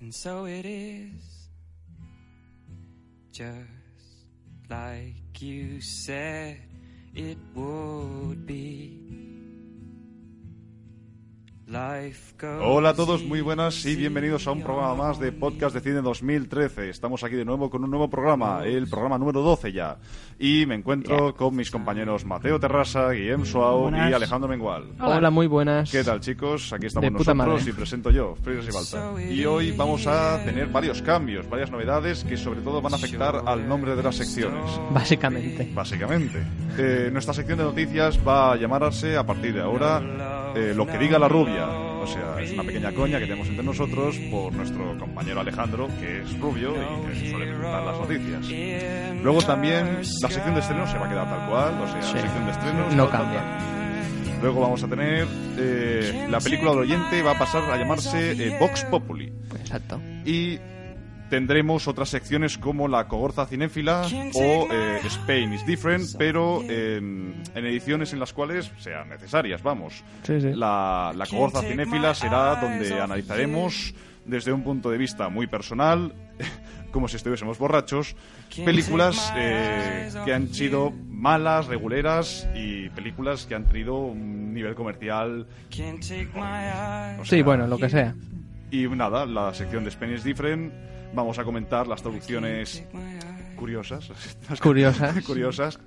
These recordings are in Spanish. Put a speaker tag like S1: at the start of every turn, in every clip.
S1: And so it is just like you said it would be. Life goes
S2: Hola a todos, muy buenas y
S1: easy
S2: bienvenidos a un programa más de
S1: on
S2: Podcast de Cine 2013. Estamos aquí de nuevo con un nuevo programa, el programa número 12 ya. Y me encuentro con mis compañeros Mateo Terrasa, Guillem Suau y
S3: Buenas.
S2: Alejandro Mengual.
S3: Hola. muy buenas.
S2: ¿Qué tal chicos? Aquí estamos
S3: De puta
S2: nosotros
S3: madre.
S2: y presento yo, Freiras y Balta. Y hoy vamos a tener varios cambios, varias novedades que sobre todo van a afectar al nombre de las secciones.
S3: Básicamente.
S2: Básicamente. Eh, nuestra sección de noticias va a llamarse a partir de ahora eh, Lo que diga la rubia. O sea, es una pequeña coña que tenemos entre nosotros por nuestro compañero Alejandro, que es rubio y que suele presentar las noticias. Luego también la sección de estrenos se va a quedar tal cual, o sea,
S3: Sí.
S2: la sección de estrenos.
S3: No
S2: tal, tal,
S3: cambia.
S2: tal. Luego vamos a tener eh, la película del oyente va a pasar a llamarse eh, Vox Populi
S3: Exacto.
S2: y tendremos otras secciones como la cogorza cinéfila o eh, Spain is different, pero en, en ediciones en las cuales sean necesarias, vamos.
S3: Sí, sí.
S2: La, la cogorza cinéfila será donde analizaremos desde un punto de vista muy personal, como si estuviésemos borrachos, películas eh, que han sido malas, reguleras y películas que han tenido un nivel comercial.
S1: Can't take my eyes
S2: o
S3: Sí,
S2: sea,
S3: bueno, lo que sea.
S2: y nada, la sección de Spain is Different. Vamos a comentar las traducciones curiosas. las
S3: Curiosas.
S2: curiosas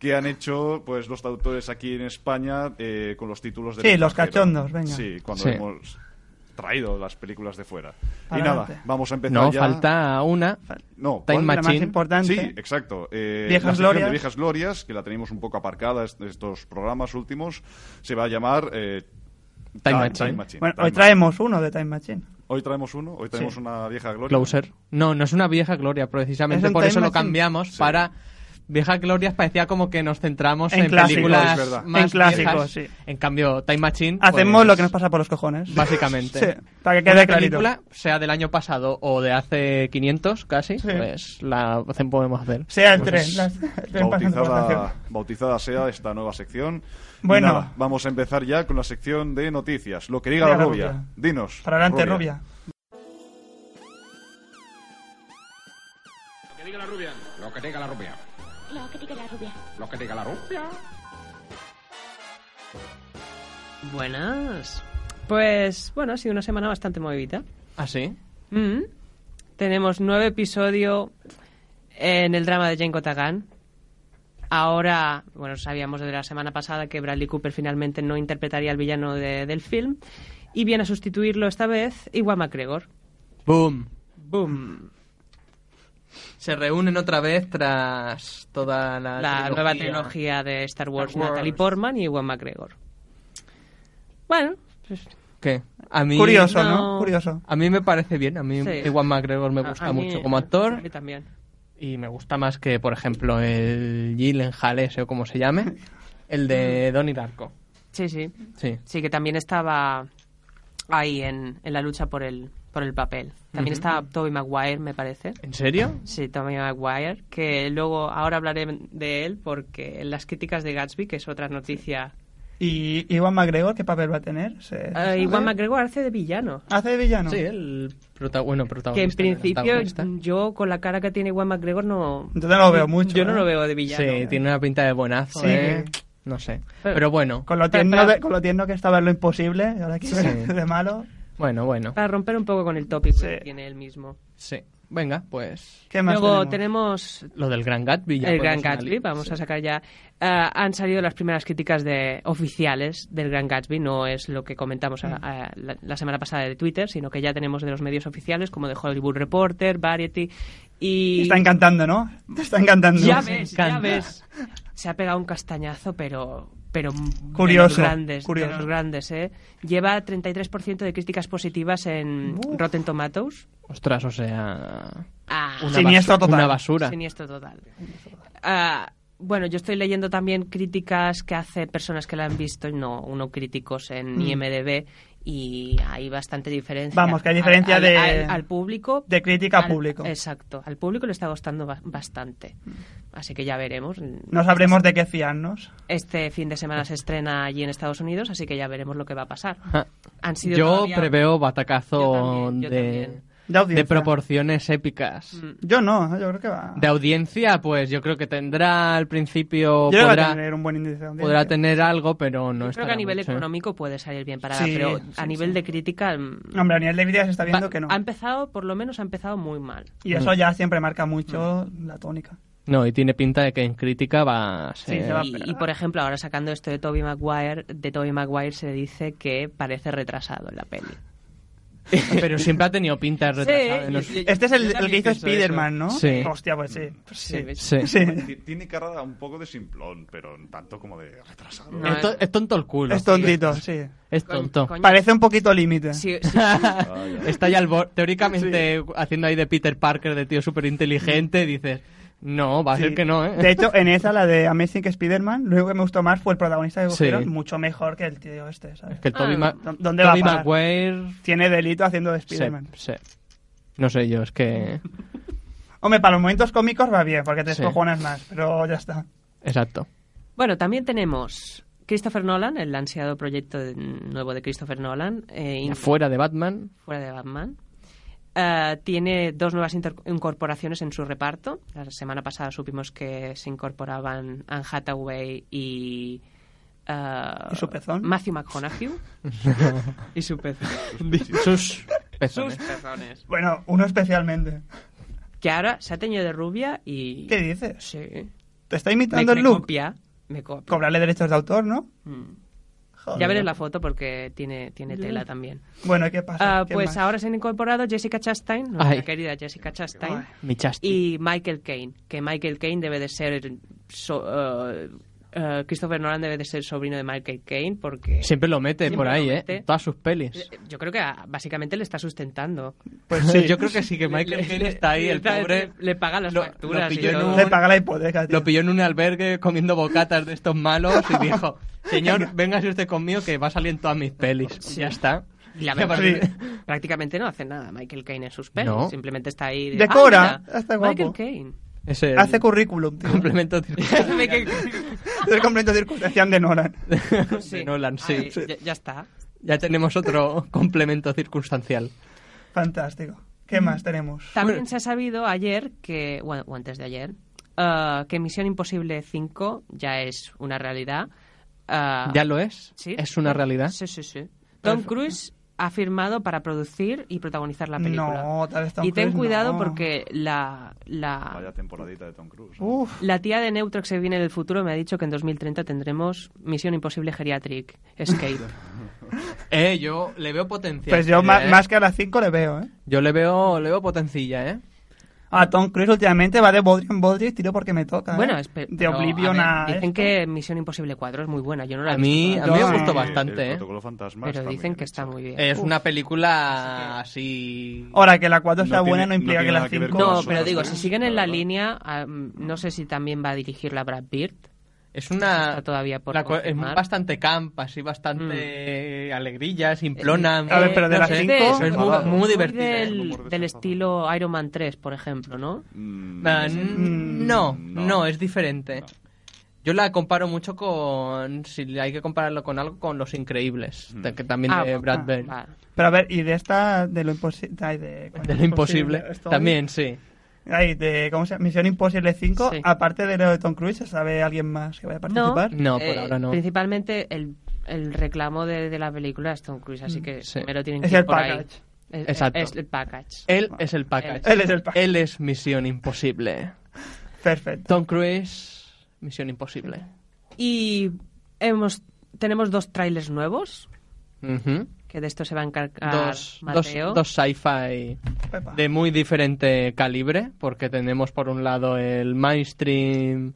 S2: que han hecho pues los traductores aquí en España eh, con los títulos de
S4: Sí, los cachondos, venga.
S2: Sí, cuando
S3: Sí.
S2: hemos traído las películas de fuera. y
S4: Para
S2: nada,
S4: adelante.
S2: vamos a empezar
S3: No,
S2: ya.
S3: falta una.
S2: No,
S3: Time
S2: ¿cuál?
S4: La más
S3: Machine.
S4: importante.
S2: Sí, exacto. Eh,
S4: Viejas
S2: la sección
S4: glorias.
S2: de Viejas Glorias, que la tenemos un poco aparcada est- estos programas últimos, se va a llamar eh,
S3: Time Machine.
S4: bueno,
S2: Time
S4: hoy traemos uno de Time Machine.
S2: Hoy traemos uno, hoy traemos una vieja gloria.
S3: Closer. No, no es una vieja gloria, precisamente
S4: Es un
S3: por
S4: time
S3: eso lo
S4: machine.
S3: cambiamos
S2: Sí.
S3: para. Viejas glorias parecía como que nos centramos
S4: En
S3: en,
S4: clásicos,
S2: es
S3: películas
S2: verdad.
S3: más
S4: En clásicos,
S3: viejas.
S4: sí.
S3: En cambio, Time Machine.
S4: Hacemos
S3: pues,
S4: lo que nos pasa por los cojones.
S3: Básicamente.
S4: Sí, para que
S3: Una
S4: quede clarito.
S3: película, sea del año pasado o de hace 500 casi,
S4: Sí.
S3: pues la hacen- podemos hacer.
S4: Sea el
S2: Pues
S4: tren.
S2: es
S4: las- el tren pasando por la
S2: Bautizada,
S4: estación.
S2: bautizada sea esta nueva sección. Y
S4: Bueno.
S2: nada, vamos a empezar ya con la sección de noticias. Lo que diga la
S4: Diga la
S2: rubia.
S4: rubia.
S2: Dinos.
S4: Para adelante, rubia.
S5: Lo que diga la rubia.
S6: Lo que diga la rubia.
S5: Lo que diga la rubia.
S7: Buenas. Pues bueno, ha sido una semana bastante movidita.
S3: ¿Ah, sí?
S7: Mm. Tenemos nuevo episodio en el drama de Jane Kotagan. Ahora, bueno, sabíamos desde la semana pasada que Bradley Cooper finalmente no interpretaría al villano de- del film. Y viene a sustituirlo esta vez Iwan McGregor.
S3: Boom.
S7: ¡Boom!
S3: Se reúnen otra vez tras toda la,
S7: La
S3: trilogía.
S7: nueva trilogía de Star Wars,
S3: Star Wars.
S7: Natalie Portman y Iwan McGregor. Bueno, pues,
S3: ¿Qué? A mí,
S4: Curioso, ¿no?
S7: no.
S4: Curioso.
S3: A mí me parece bien. A mí
S7: Sí.
S3: Ewan McGregor me
S7: a-
S3: gusta
S7: a mí-
S3: mucho como
S7: a
S3: actor
S7: mí también.
S3: y me gusta más que, por ejemplo, el Gyllenhaal ese o como se llame, el de
S7: Mm.
S3: Donnie Darko.
S7: Sí, sí.
S3: Sí.
S7: Sí, que también estaba ahí en, en la lucha por el, por el papel. También está Toby Maguire, me parece.
S3: ¿En serio?
S7: Sí, Toby Maguire, que luego ahora hablaré de él porque en las críticas de Gatsby, que es otra noticia.
S4: ¿Y Iwan McGregor qué papel va a tener? ¿Se-
S7: Eh,
S4: se
S7: Iwan
S4: sabe?
S7: McGregor hace de villano.
S4: ¿Hace de villano?
S3: Sí, el prota- bueno, protagonista.
S7: Que en principio
S3: protagonista.
S7: yo con la cara que tiene Iwan McGregor no...
S4: Yo no lo veo mucho,
S7: Yo
S4: ¿eh?
S7: no lo veo de
S3: Sí,
S7: villano.
S3: tiene una pinta de bonazo,
S4: Sí.
S3: ¿eh? No sé. Pero bueno,
S4: Con lo, tierno que, con lo tierno que estaba en lo imposible, y ahora que
S3: Sí.
S4: de malo.
S3: bueno, bueno.
S7: Para romper un poco con el tópico
S4: Sí.
S7: que tiene él mismo.
S3: Sí. Venga, pues
S4: ¿Qué más
S7: luego
S4: tenemos?
S7: tenemos
S3: lo del Gran Gatsby. ya
S7: el Gran
S3: podemos
S7: Gatsby,
S3: analizar.
S7: vamos a
S3: Sí.
S7: sacar ya. Ah, han salido las primeras críticas de oficiales del Gran Gatsby, no es lo que comentamos a-
S3: Mm.
S7: a- la, la semana pasada de Twitter, sino que ya tenemos de los medios oficiales como de Hollywood Reporter, Variety y.
S4: Te Está encantando, ¿no? Te está encantando.
S7: ya ves, ya
S3: encanta.
S7: ves. Se ha pegado un castañazo, pero pero de
S4: Curioso,
S7: los grandes, de
S4: curioso.
S7: los grandes, ¿eh? Lleva 33% de críticas positivas en Rotten Tomatoes.
S3: Ostras, o sea.
S7: Ah,
S3: Una
S4: Siniestro
S3: basu-
S4: total.
S3: Una basura.
S7: Siniestro total. Ah, bueno, yo estoy leyendo también críticas que hace personas que la han visto y no, uno críticos en IMDb y hay bastante diferencia.
S4: Mm. Vamos, que hay diferencia
S7: al,
S4: de-
S7: al- al público.
S4: de crítica a
S7: al-
S4: público. Mm.
S7: Exacto, al público le está gustando ba- bastante. Así que ya veremos.
S4: No sabremos de qué fiarnos.
S7: Este fin de semana se estrena allí en Estados Unidos, así que ya veremos lo que va a pasar.
S3: Ah.
S7: Han sido
S3: Yo
S7: todavía-
S3: preveo
S7: Yo
S3: batacazo
S7: también, Mm. yo
S3: de
S7: también.
S4: De audiencia.
S3: de proporciones épicas.
S4: Yo no, yo creo que va.
S3: De audiencia, pues yo creo que tendrá al
S4: yo
S3: principio,
S4: creo que va a
S3: podrá,
S4: tener un buen índice de audiencia.
S3: podrá tener algo, pero no
S7: Yo creo que
S3: estará
S7: a nivel
S3: mucho, ¿eh?
S7: económico puede salir bien parada,
S4: Sí,
S7: pero a
S4: sí,
S7: nivel de crítica mm,
S4: Hombre, a nivel de vida se está viendo
S7: va-
S4: que no.
S7: ha empezado, por lo menos ha empezado muy mal.
S4: Y eso ya siempre marca mucho la tónica.
S3: No, y tiene pinta de que en crítica va a ser...
S4: se va a
S7: Y,
S4: pegar.
S7: y, por ejemplo, ahora sacando esto de Toby Maguire, de Toby Maguire se dice que parece retrasado en la peli.
S3: pero siempre ha tenido pinta de ¿eh? retrasado. en los-
S4: Este es el, el que hizo Spider-Man, ¿no?
S3: Sí.
S4: Hostia, pues sí. pues sí.
S3: Sí.
S4: Sí.
S2: Ti- Tiene cara un poco de simplón, pero tanto como de retrasado.
S7: No, eh.
S3: Es, to- es tonto el culo.
S4: Es tontito, sí.
S3: Es tonto.
S7: Coño,
S4: Parece un poquito límite.
S7: si- si-
S3: Está ya al bor- teóricamente haciendo ahí de Peter Parker, de tío súper inteligente, dices, no, va a
S4: Sí.
S3: ser que no, ¿eh?
S4: De hecho, en esa, la de Amazing Spider-Man, lo único que me gustó más fue el protagonista que
S3: Sí.
S4: cogieron, mucho mejor que el tío este, ¿sabes?
S3: Es que el Toby,
S7: Ah.
S3: Ma-
S4: ¿Dó- dónde va a
S3: Tobey
S4: parar?
S3: Maguire...
S4: Tiene delito haciendo de
S3: sí,
S4: Spider-Man.
S3: sí. No sé yo, es que...
S4: Hombre, para los momentos cómicos va bien, porque te
S3: Sí.
S4: descojonas más, pero ya está.
S3: Exacto.
S7: Bueno, también tenemos Christopher Nolan, el ansiado proyecto de- nuevo de Christopher Nolan, eh, in-
S3: Fuera de Batman,
S7: fuera de Batman. Eh, tiene dos nuevas inter- incorporaciones en su reparto. La semana pasada supimos que se incorporaban Anne Hathaway y. eh,
S4: ¿Y su pezón?
S7: Matthew McConaughey. y su pezón.
S3: sus
S7: Sus
S3: pezones.
S7: pezones.
S4: Bueno, uno especialmente.
S7: Que ahora se ha teñido de rubia y.
S4: ¿Qué dices?
S7: Sí.
S4: ¿Te está
S7: Me,
S4: imitando
S7: me
S4: el look?
S7: copia. Me copia.
S4: Cobrarle derechos de autor, ¿no?
S7: Mm.
S4: Joder.
S7: Ya veréis la foto porque tiene, tiene tela también.
S4: Bueno, ¿y qué pasa?
S7: Ah,
S4: ¿Quién
S7: pues
S4: más?
S7: ahora se han incorporado Jessica Chastain, nuestra
S3: Ay.
S7: querida Jessica Chastain,
S4: Ay.
S3: Mi chasti.
S7: y Michael Caine. Que Michael Caine debe de ser. so- eh, eh, Christopher Nolan debe de ser sobrino de Michael Caine porque.
S3: Siempre lo mete
S7: Siempre
S3: por ahí,
S7: lo
S3: ¿eh?
S7: mete.
S3: En Todas sus pelis.
S7: Yo creo que ah, básicamente le está sustentando.
S4: Pues sí.
S3: Yo creo que sí, que Michael Caine está ahí, el
S7: Está-
S3: pobre.
S7: Le, paga las
S3: Lo- lo
S7: facturas. y
S3: pilló en
S7: todo.
S3: un-
S4: Le paga la hipoteca, tío.
S3: Lo pilló en un albergue comiendo bocatas de estos malos y dijo, señor, véngase usted conmigo que va a salir en todas mis pelis. Ya está.
S7: Y la
S3: Y a
S7: verdad
S3: partir
S7: es que prácticamente no hace nada Michael Caine en sus pelis.
S3: No.
S7: Simplemente está ahí. de,
S4: Decora,
S7: "Ah, mira,
S4: está guapo".
S7: Michael Caine.
S3: de- es el
S4: Hace currículum, tío.
S3: complemento circunstancial
S7: Michael
S4: Es complemento circunstancial de Nolan.
S3: de
S7: Caine. Pues Sí.
S3: Nolan, sí.
S7: Ay, ya, ya está.
S3: Ya tenemos otro complemento circunstancial.
S4: Fantástico. ¿Qué más tenemos?
S7: También
S3: Bueno.
S7: se ha sabido ayer que, bueno, o antes de ayer, ah, que Misión Imposible 5 ya es una realidad. Ah,
S3: ¿Ya lo es?
S7: ¿sí?
S3: ¿Es una realidad?
S7: Sí, sí, sí. Tom Cruise ha firmado para producir y protagonizar la película.
S4: No, tal vez
S7: y ten
S4: Cruise,
S7: cuidado
S4: no.
S7: porque la,
S2: Vaya
S7: la,
S2: temporadita de Tom Cruise. ¿no?
S4: Uf,
S7: la tía de Neutro que se viene del futuro me ha dicho que en 2030 tendremos Misión Imposible Geriatric Escape.
S3: Eh, yo le veo potencial.
S4: pues yo
S3: Eh,
S4: ma- más que a las 5 le veo, ¿eh?
S3: Yo le veo, le veo potencilla, ¿eh?
S4: A Tom Cruise últimamente va de bodrio en bodrio y tiro porque me toca. ¿eh?
S7: bueno, espe-
S4: De
S7: pero, a
S4: Oblivion
S7: ver,
S4: a.
S7: Dicen
S4: esto.
S7: que Misión Imposible 4 es muy buena. Yo no la he
S3: A mí-
S7: visto
S3: a
S7: todavía,
S3: mí
S4: Yo-
S3: me gustó
S4: Sí,
S2: El
S3: bastante, ¿eh?
S2: protocolo fantasma.
S7: pero
S2: está muy
S7: dicen
S2: bien
S7: que está
S2: hecho.
S7: muy bien.
S3: Es una película así...
S4: Ahora, que la 4 sea
S2: No tiene-
S4: buena no
S2: no
S4: implica
S2: tiene
S4: que la
S2: nada que ver
S4: 5.
S2: con
S7: No,
S2: las
S7: pero
S2: otras
S7: digo,
S2: tres,
S7: si siguen en
S2: la
S7: la
S2: verdad.
S7: línea, ah, mm, no sé si también va a dirigirla Brad Pitt.
S3: Es una...
S7: Está todavía por
S3: la co- es
S7: confirmar. Mm.
S3: bastante camp, así bastante alegrilla,
S7: Eh,
S3: simplona.
S4: A ver, pero de
S3: no
S4: las
S3: sé,
S4: cinco-
S3: eso es muy,
S2: Claro.
S3: muy divertida. ¿eh?
S2: Un humor
S7: Del,
S2: de
S7: del
S2: esa
S7: estilo Iron Man 3, por ejemplo, ¿no?
S2: Mm,
S3: Ah, n- no,
S2: no.
S3: no, es diferente.
S2: No.
S3: Yo la comparo mucho con, si hay que compararlo con algo, con Los Increíbles, de- que también
S7: Ah,
S3: de
S7: va-
S3: Brad Bird.
S7: va.
S4: Pero a ver, y de esta, de lo imposible. Ay, de, ¿cómo se
S3: De
S4: llama?
S3: lo imposible,
S4: Estoy-
S3: también, sí.
S4: Ay, de, ¿cómo se llama? Misión Imposible 5.
S7: Sí.
S4: Aparte de lo de Tom Cruise, ¿se sabe alguien más que vaya a participar?
S3: No, por ahora no.
S7: Eh, Principalmente el, el reclamo de, de la película es Tom Cruise, así que
S3: Mm, Sí.
S7: me lo tienen
S4: Es
S7: que ir
S4: el
S7: por
S4: package. Eh,
S7: ahí. Es,
S3: Exacto.
S7: es el package.
S3: Él es el package.
S4: Él es el package.
S3: Él es Misión Imposible.
S4: Perfecto.
S3: Tom Cruise, Misión Imposible.
S7: Y hemos, tenemos dos trailers nuevos,
S3: Ujú.
S7: que de esto se va a encargar
S3: Dos, dos,
S7: Mateo.
S3: dos sci-fi
S4: Pepa.
S3: de muy diferente calibre, porque tenemos por un lado el mainstream,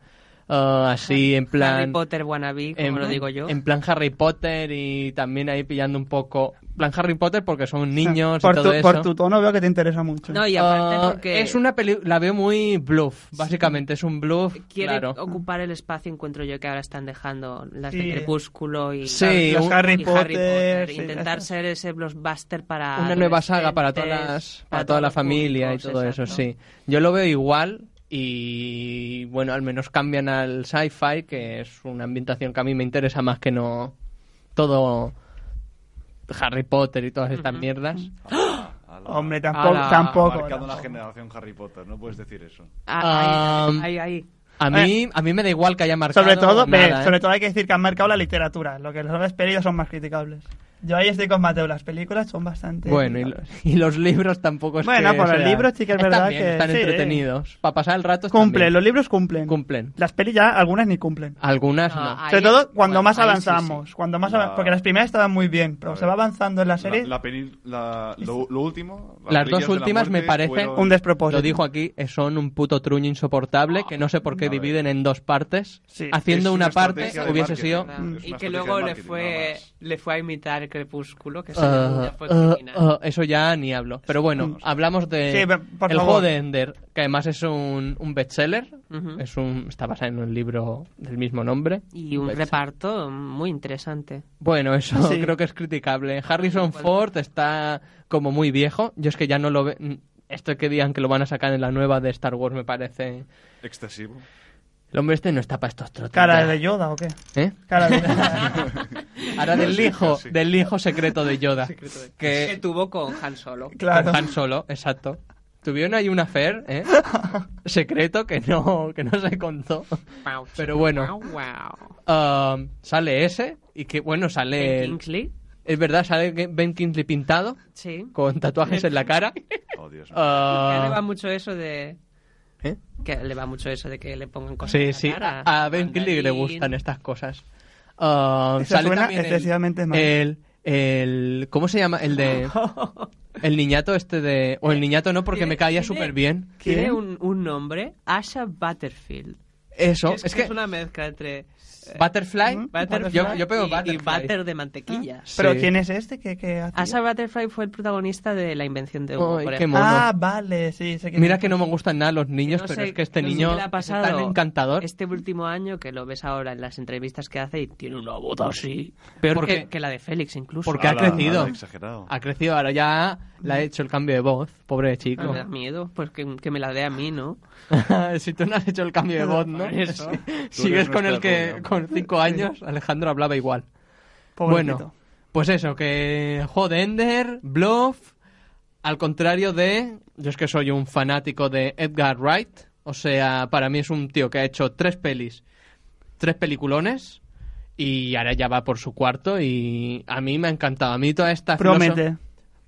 S3: eh, así en plan...
S7: Harry Potter wannabe, como lo digo yo.
S3: en plan Harry Potter y también ahí pillando un poco. plan Harry Potter porque son niños
S4: por
S3: y todo
S4: tu,
S3: eso.
S4: Por tu tono veo que te interesa mucho.
S7: No, y aparte
S3: Ah,
S7: porque
S3: Es una peli la veo muy bluff, básicamente, es un bluff,
S7: quiere
S3: claro.
S7: ocupar el espacio, encuentro yo, que ahora están dejando las
S4: Sí.
S7: de Crepúsculo y,
S3: Sí,
S4: Los
S3: un-
S4: Harry
S7: y
S4: Potter. sí,
S7: Intentar
S4: esas.
S7: ser ese blockbuster este, para.
S3: una nueva saga para todas
S7: adolescentes,
S3: las, para toda la
S7: todos los
S3: familia y
S7: públicos,
S3: todo eso,
S7: exacto.
S3: sí. Yo lo veo igual y bueno, al menos cambian al sci-fi, que es una ambientación que a mí me interesa más que no todo Harry Potter y todas estas mierdas.
S2: Ah, ah,
S4: Hombre, tampoco.
S7: Ala.
S4: tampoco
S2: Marcando
S4: no.
S2: la generación Harry Potter, no puedes decir eso.
S7: Ah, ahí,
S3: Um,
S7: ahí, ahí.
S3: A mí, a mí me da igual que haya marcado.
S4: Sobre todo, ve,
S3: nada, ¿eh?
S4: sobre todo hay que decir que han marcado la literatura. Lo que son las películas son más criticables. Yo ahí estoy con Mateo. Las películas son bastante.
S3: Bueno, y, lo-
S4: criticables.
S3: y los libros tampoco es
S4: Bueno,
S3: que
S4: por los
S3: sea-
S4: libros sí que es
S3: Están
S4: verdad
S3: bien,
S4: que-
S3: Están
S4: sí, eh.
S3: entretenidos. Para pasar el rato están
S4: cumplen,
S3: bien.
S4: los libros cumplen.
S3: Cumplen.
S4: Las pelis ya, algunas ni cumplen.
S3: Algunas
S7: No,
S3: no.
S7: ahí-
S4: Sobre todo cuando
S7: bueno,
S4: más
S7: ahí sí,
S4: avanzamos.
S7: sí.
S4: cuando más
S2: La-
S4: avan- Porque las primeras estaban muy bien, pero
S2: A
S4: se
S2: ver.
S4: va avanzando en la serie.
S2: La, la peli- la- lo, lo último.
S3: Las
S2: Reliquias
S3: dos
S2: de la
S3: últimas me
S2: Muerte
S3: parecen
S2: fueron-
S4: Un despropósito.
S3: Lo dijo aquí, eh, son un puto truño insoportable que no sé por qué
S2: A ver.
S3: dividen en dos partes.
S4: Sí.
S3: Haciendo
S2: Es
S3: una,
S2: una
S3: parte
S2: estrategia de
S3: hubiese
S2: marketing.
S3: sido...
S2: Mm. Es
S7: Y
S2: una
S7: que
S2: estrategia
S7: luego
S2: de
S7: le
S2: marketing, nada
S7: fue,
S2: más.
S7: le fue a imitar Crepúsculo, que se
S3: Uh,
S7: fue
S3: uh,
S7: criminal.
S3: uh, eso ya ni hablo. Pero bueno, hablamos de
S4: Sí, pero, por
S3: el
S4: favor.
S3: juego de Ender, que además es un, un bestseller.
S7: Ujú.
S3: es un, está basado en un libro del mismo nombre.
S7: Y un
S3: Pues
S7: reparto muy interesante.
S3: Bueno, eso
S4: Sí.
S3: creo que es criticable. Harrison Ford está como muy viejo. Yo es que ya no lo veo. Esto que digan que lo van a sacar en la nueva de Star Wars me parece.
S2: Excesivo.
S3: El hombre este no está para estos trotes.
S4: Cara
S3: ya.
S4: de Yoda o qué?
S3: ¿Eh?
S4: Cara de
S3: Ahora del hijo,
S2: Sí.
S3: del hijo secreto de Yoda.
S7: Que
S3: Que
S7: tuvo con Han Solo.
S4: Claro.
S3: con Han Solo, exacto. Tuvieron ahí una affair, ¿eh? secreto que no, que no se contó.
S7: Pau,
S3: Pero bueno.
S7: Wow, wow.
S3: Um, sale ese y que bueno, sale... el-
S7: Kingsley,
S3: Es verdad, sale que- Ben Kingsley pintado
S7: sí.
S3: con tatuajes en la cara.
S2: Oh, Dios mío.
S7: Que le va
S3: Uh,
S7: mucho eso de
S3: ¿eh?
S7: que le va mucho eso de que le pongan cosas en
S3: Sí,
S7: la
S3: sí,
S7: cara.
S3: a, a Ben Kingsley le
S7: Mandarín.
S3: gustan estas cosas. Uh,
S4: Eso suena excesivamente
S3: el,
S4: mal.
S3: el, el- ¿Cómo se llama? El de... El niñato este de... O el niñato no, porque me caía
S7: Tiene-
S3: súper bien.
S7: Tiene
S4: ¿Quién?
S7: un, un nombre, Asha Butterfield.
S3: Eso,
S7: es, que es una mezcla entre eh,
S3: Butterfly.
S7: Butterfly
S3: yo, yo pego
S7: y,
S3: Butterfly. Ah,
S7: y butter de mantequilla.
S4: Pero
S3: Sí.
S4: ¿quién es este que, que hace?
S7: Asa Butterfly fue el protagonista de la invención de Hugo.
S3: Ay,
S7: por
S3: qué
S7: ejemplo.
S3: mono.
S4: Ah, vale, sí. sé quién
S3: Mira
S4: es.
S3: que no me gustan nada los niños,
S7: No
S3: pero
S7: sé-
S3: es que este
S7: no sé
S3: niño
S7: qué le ha
S3: es
S7: pasado
S3: tan encantador.
S7: Este último año que lo ves ahora en las entrevistas que hace y tiene una voz así. Peor
S3: Porque-
S7: que, que la de Félix incluso. Ah,
S3: Porque ha
S2: Ala, ala,
S3: crecido. Ah,
S2: exagerado.
S3: Ha crecido, ahora ya le ha hecho el cambio de voz, pobre
S7: Ah,
S3: chico.
S7: me da miedo, pues que, que me la dé a mí, ¿no?
S3: si tú no has hecho el cambio de voz, ¿no?
S7: Eso.
S3: Sigues
S2: Tú eres
S3: con el
S2: nuestra
S3: que
S2: rubia.
S3: con cinco años Alejandro hablaba igual.
S4: Pobrecito.
S3: Bueno, pues eso, que Jodender, Bluff, al contrario de... Yo es que soy un fanático de Edgar Wright, o sea, para mí es un tío que ha hecho tres pelis, tres peliculones, y ahora ya va por su cuarto, y a mí me ha encantado, a mí toda esta... filoso-
S4: Promete.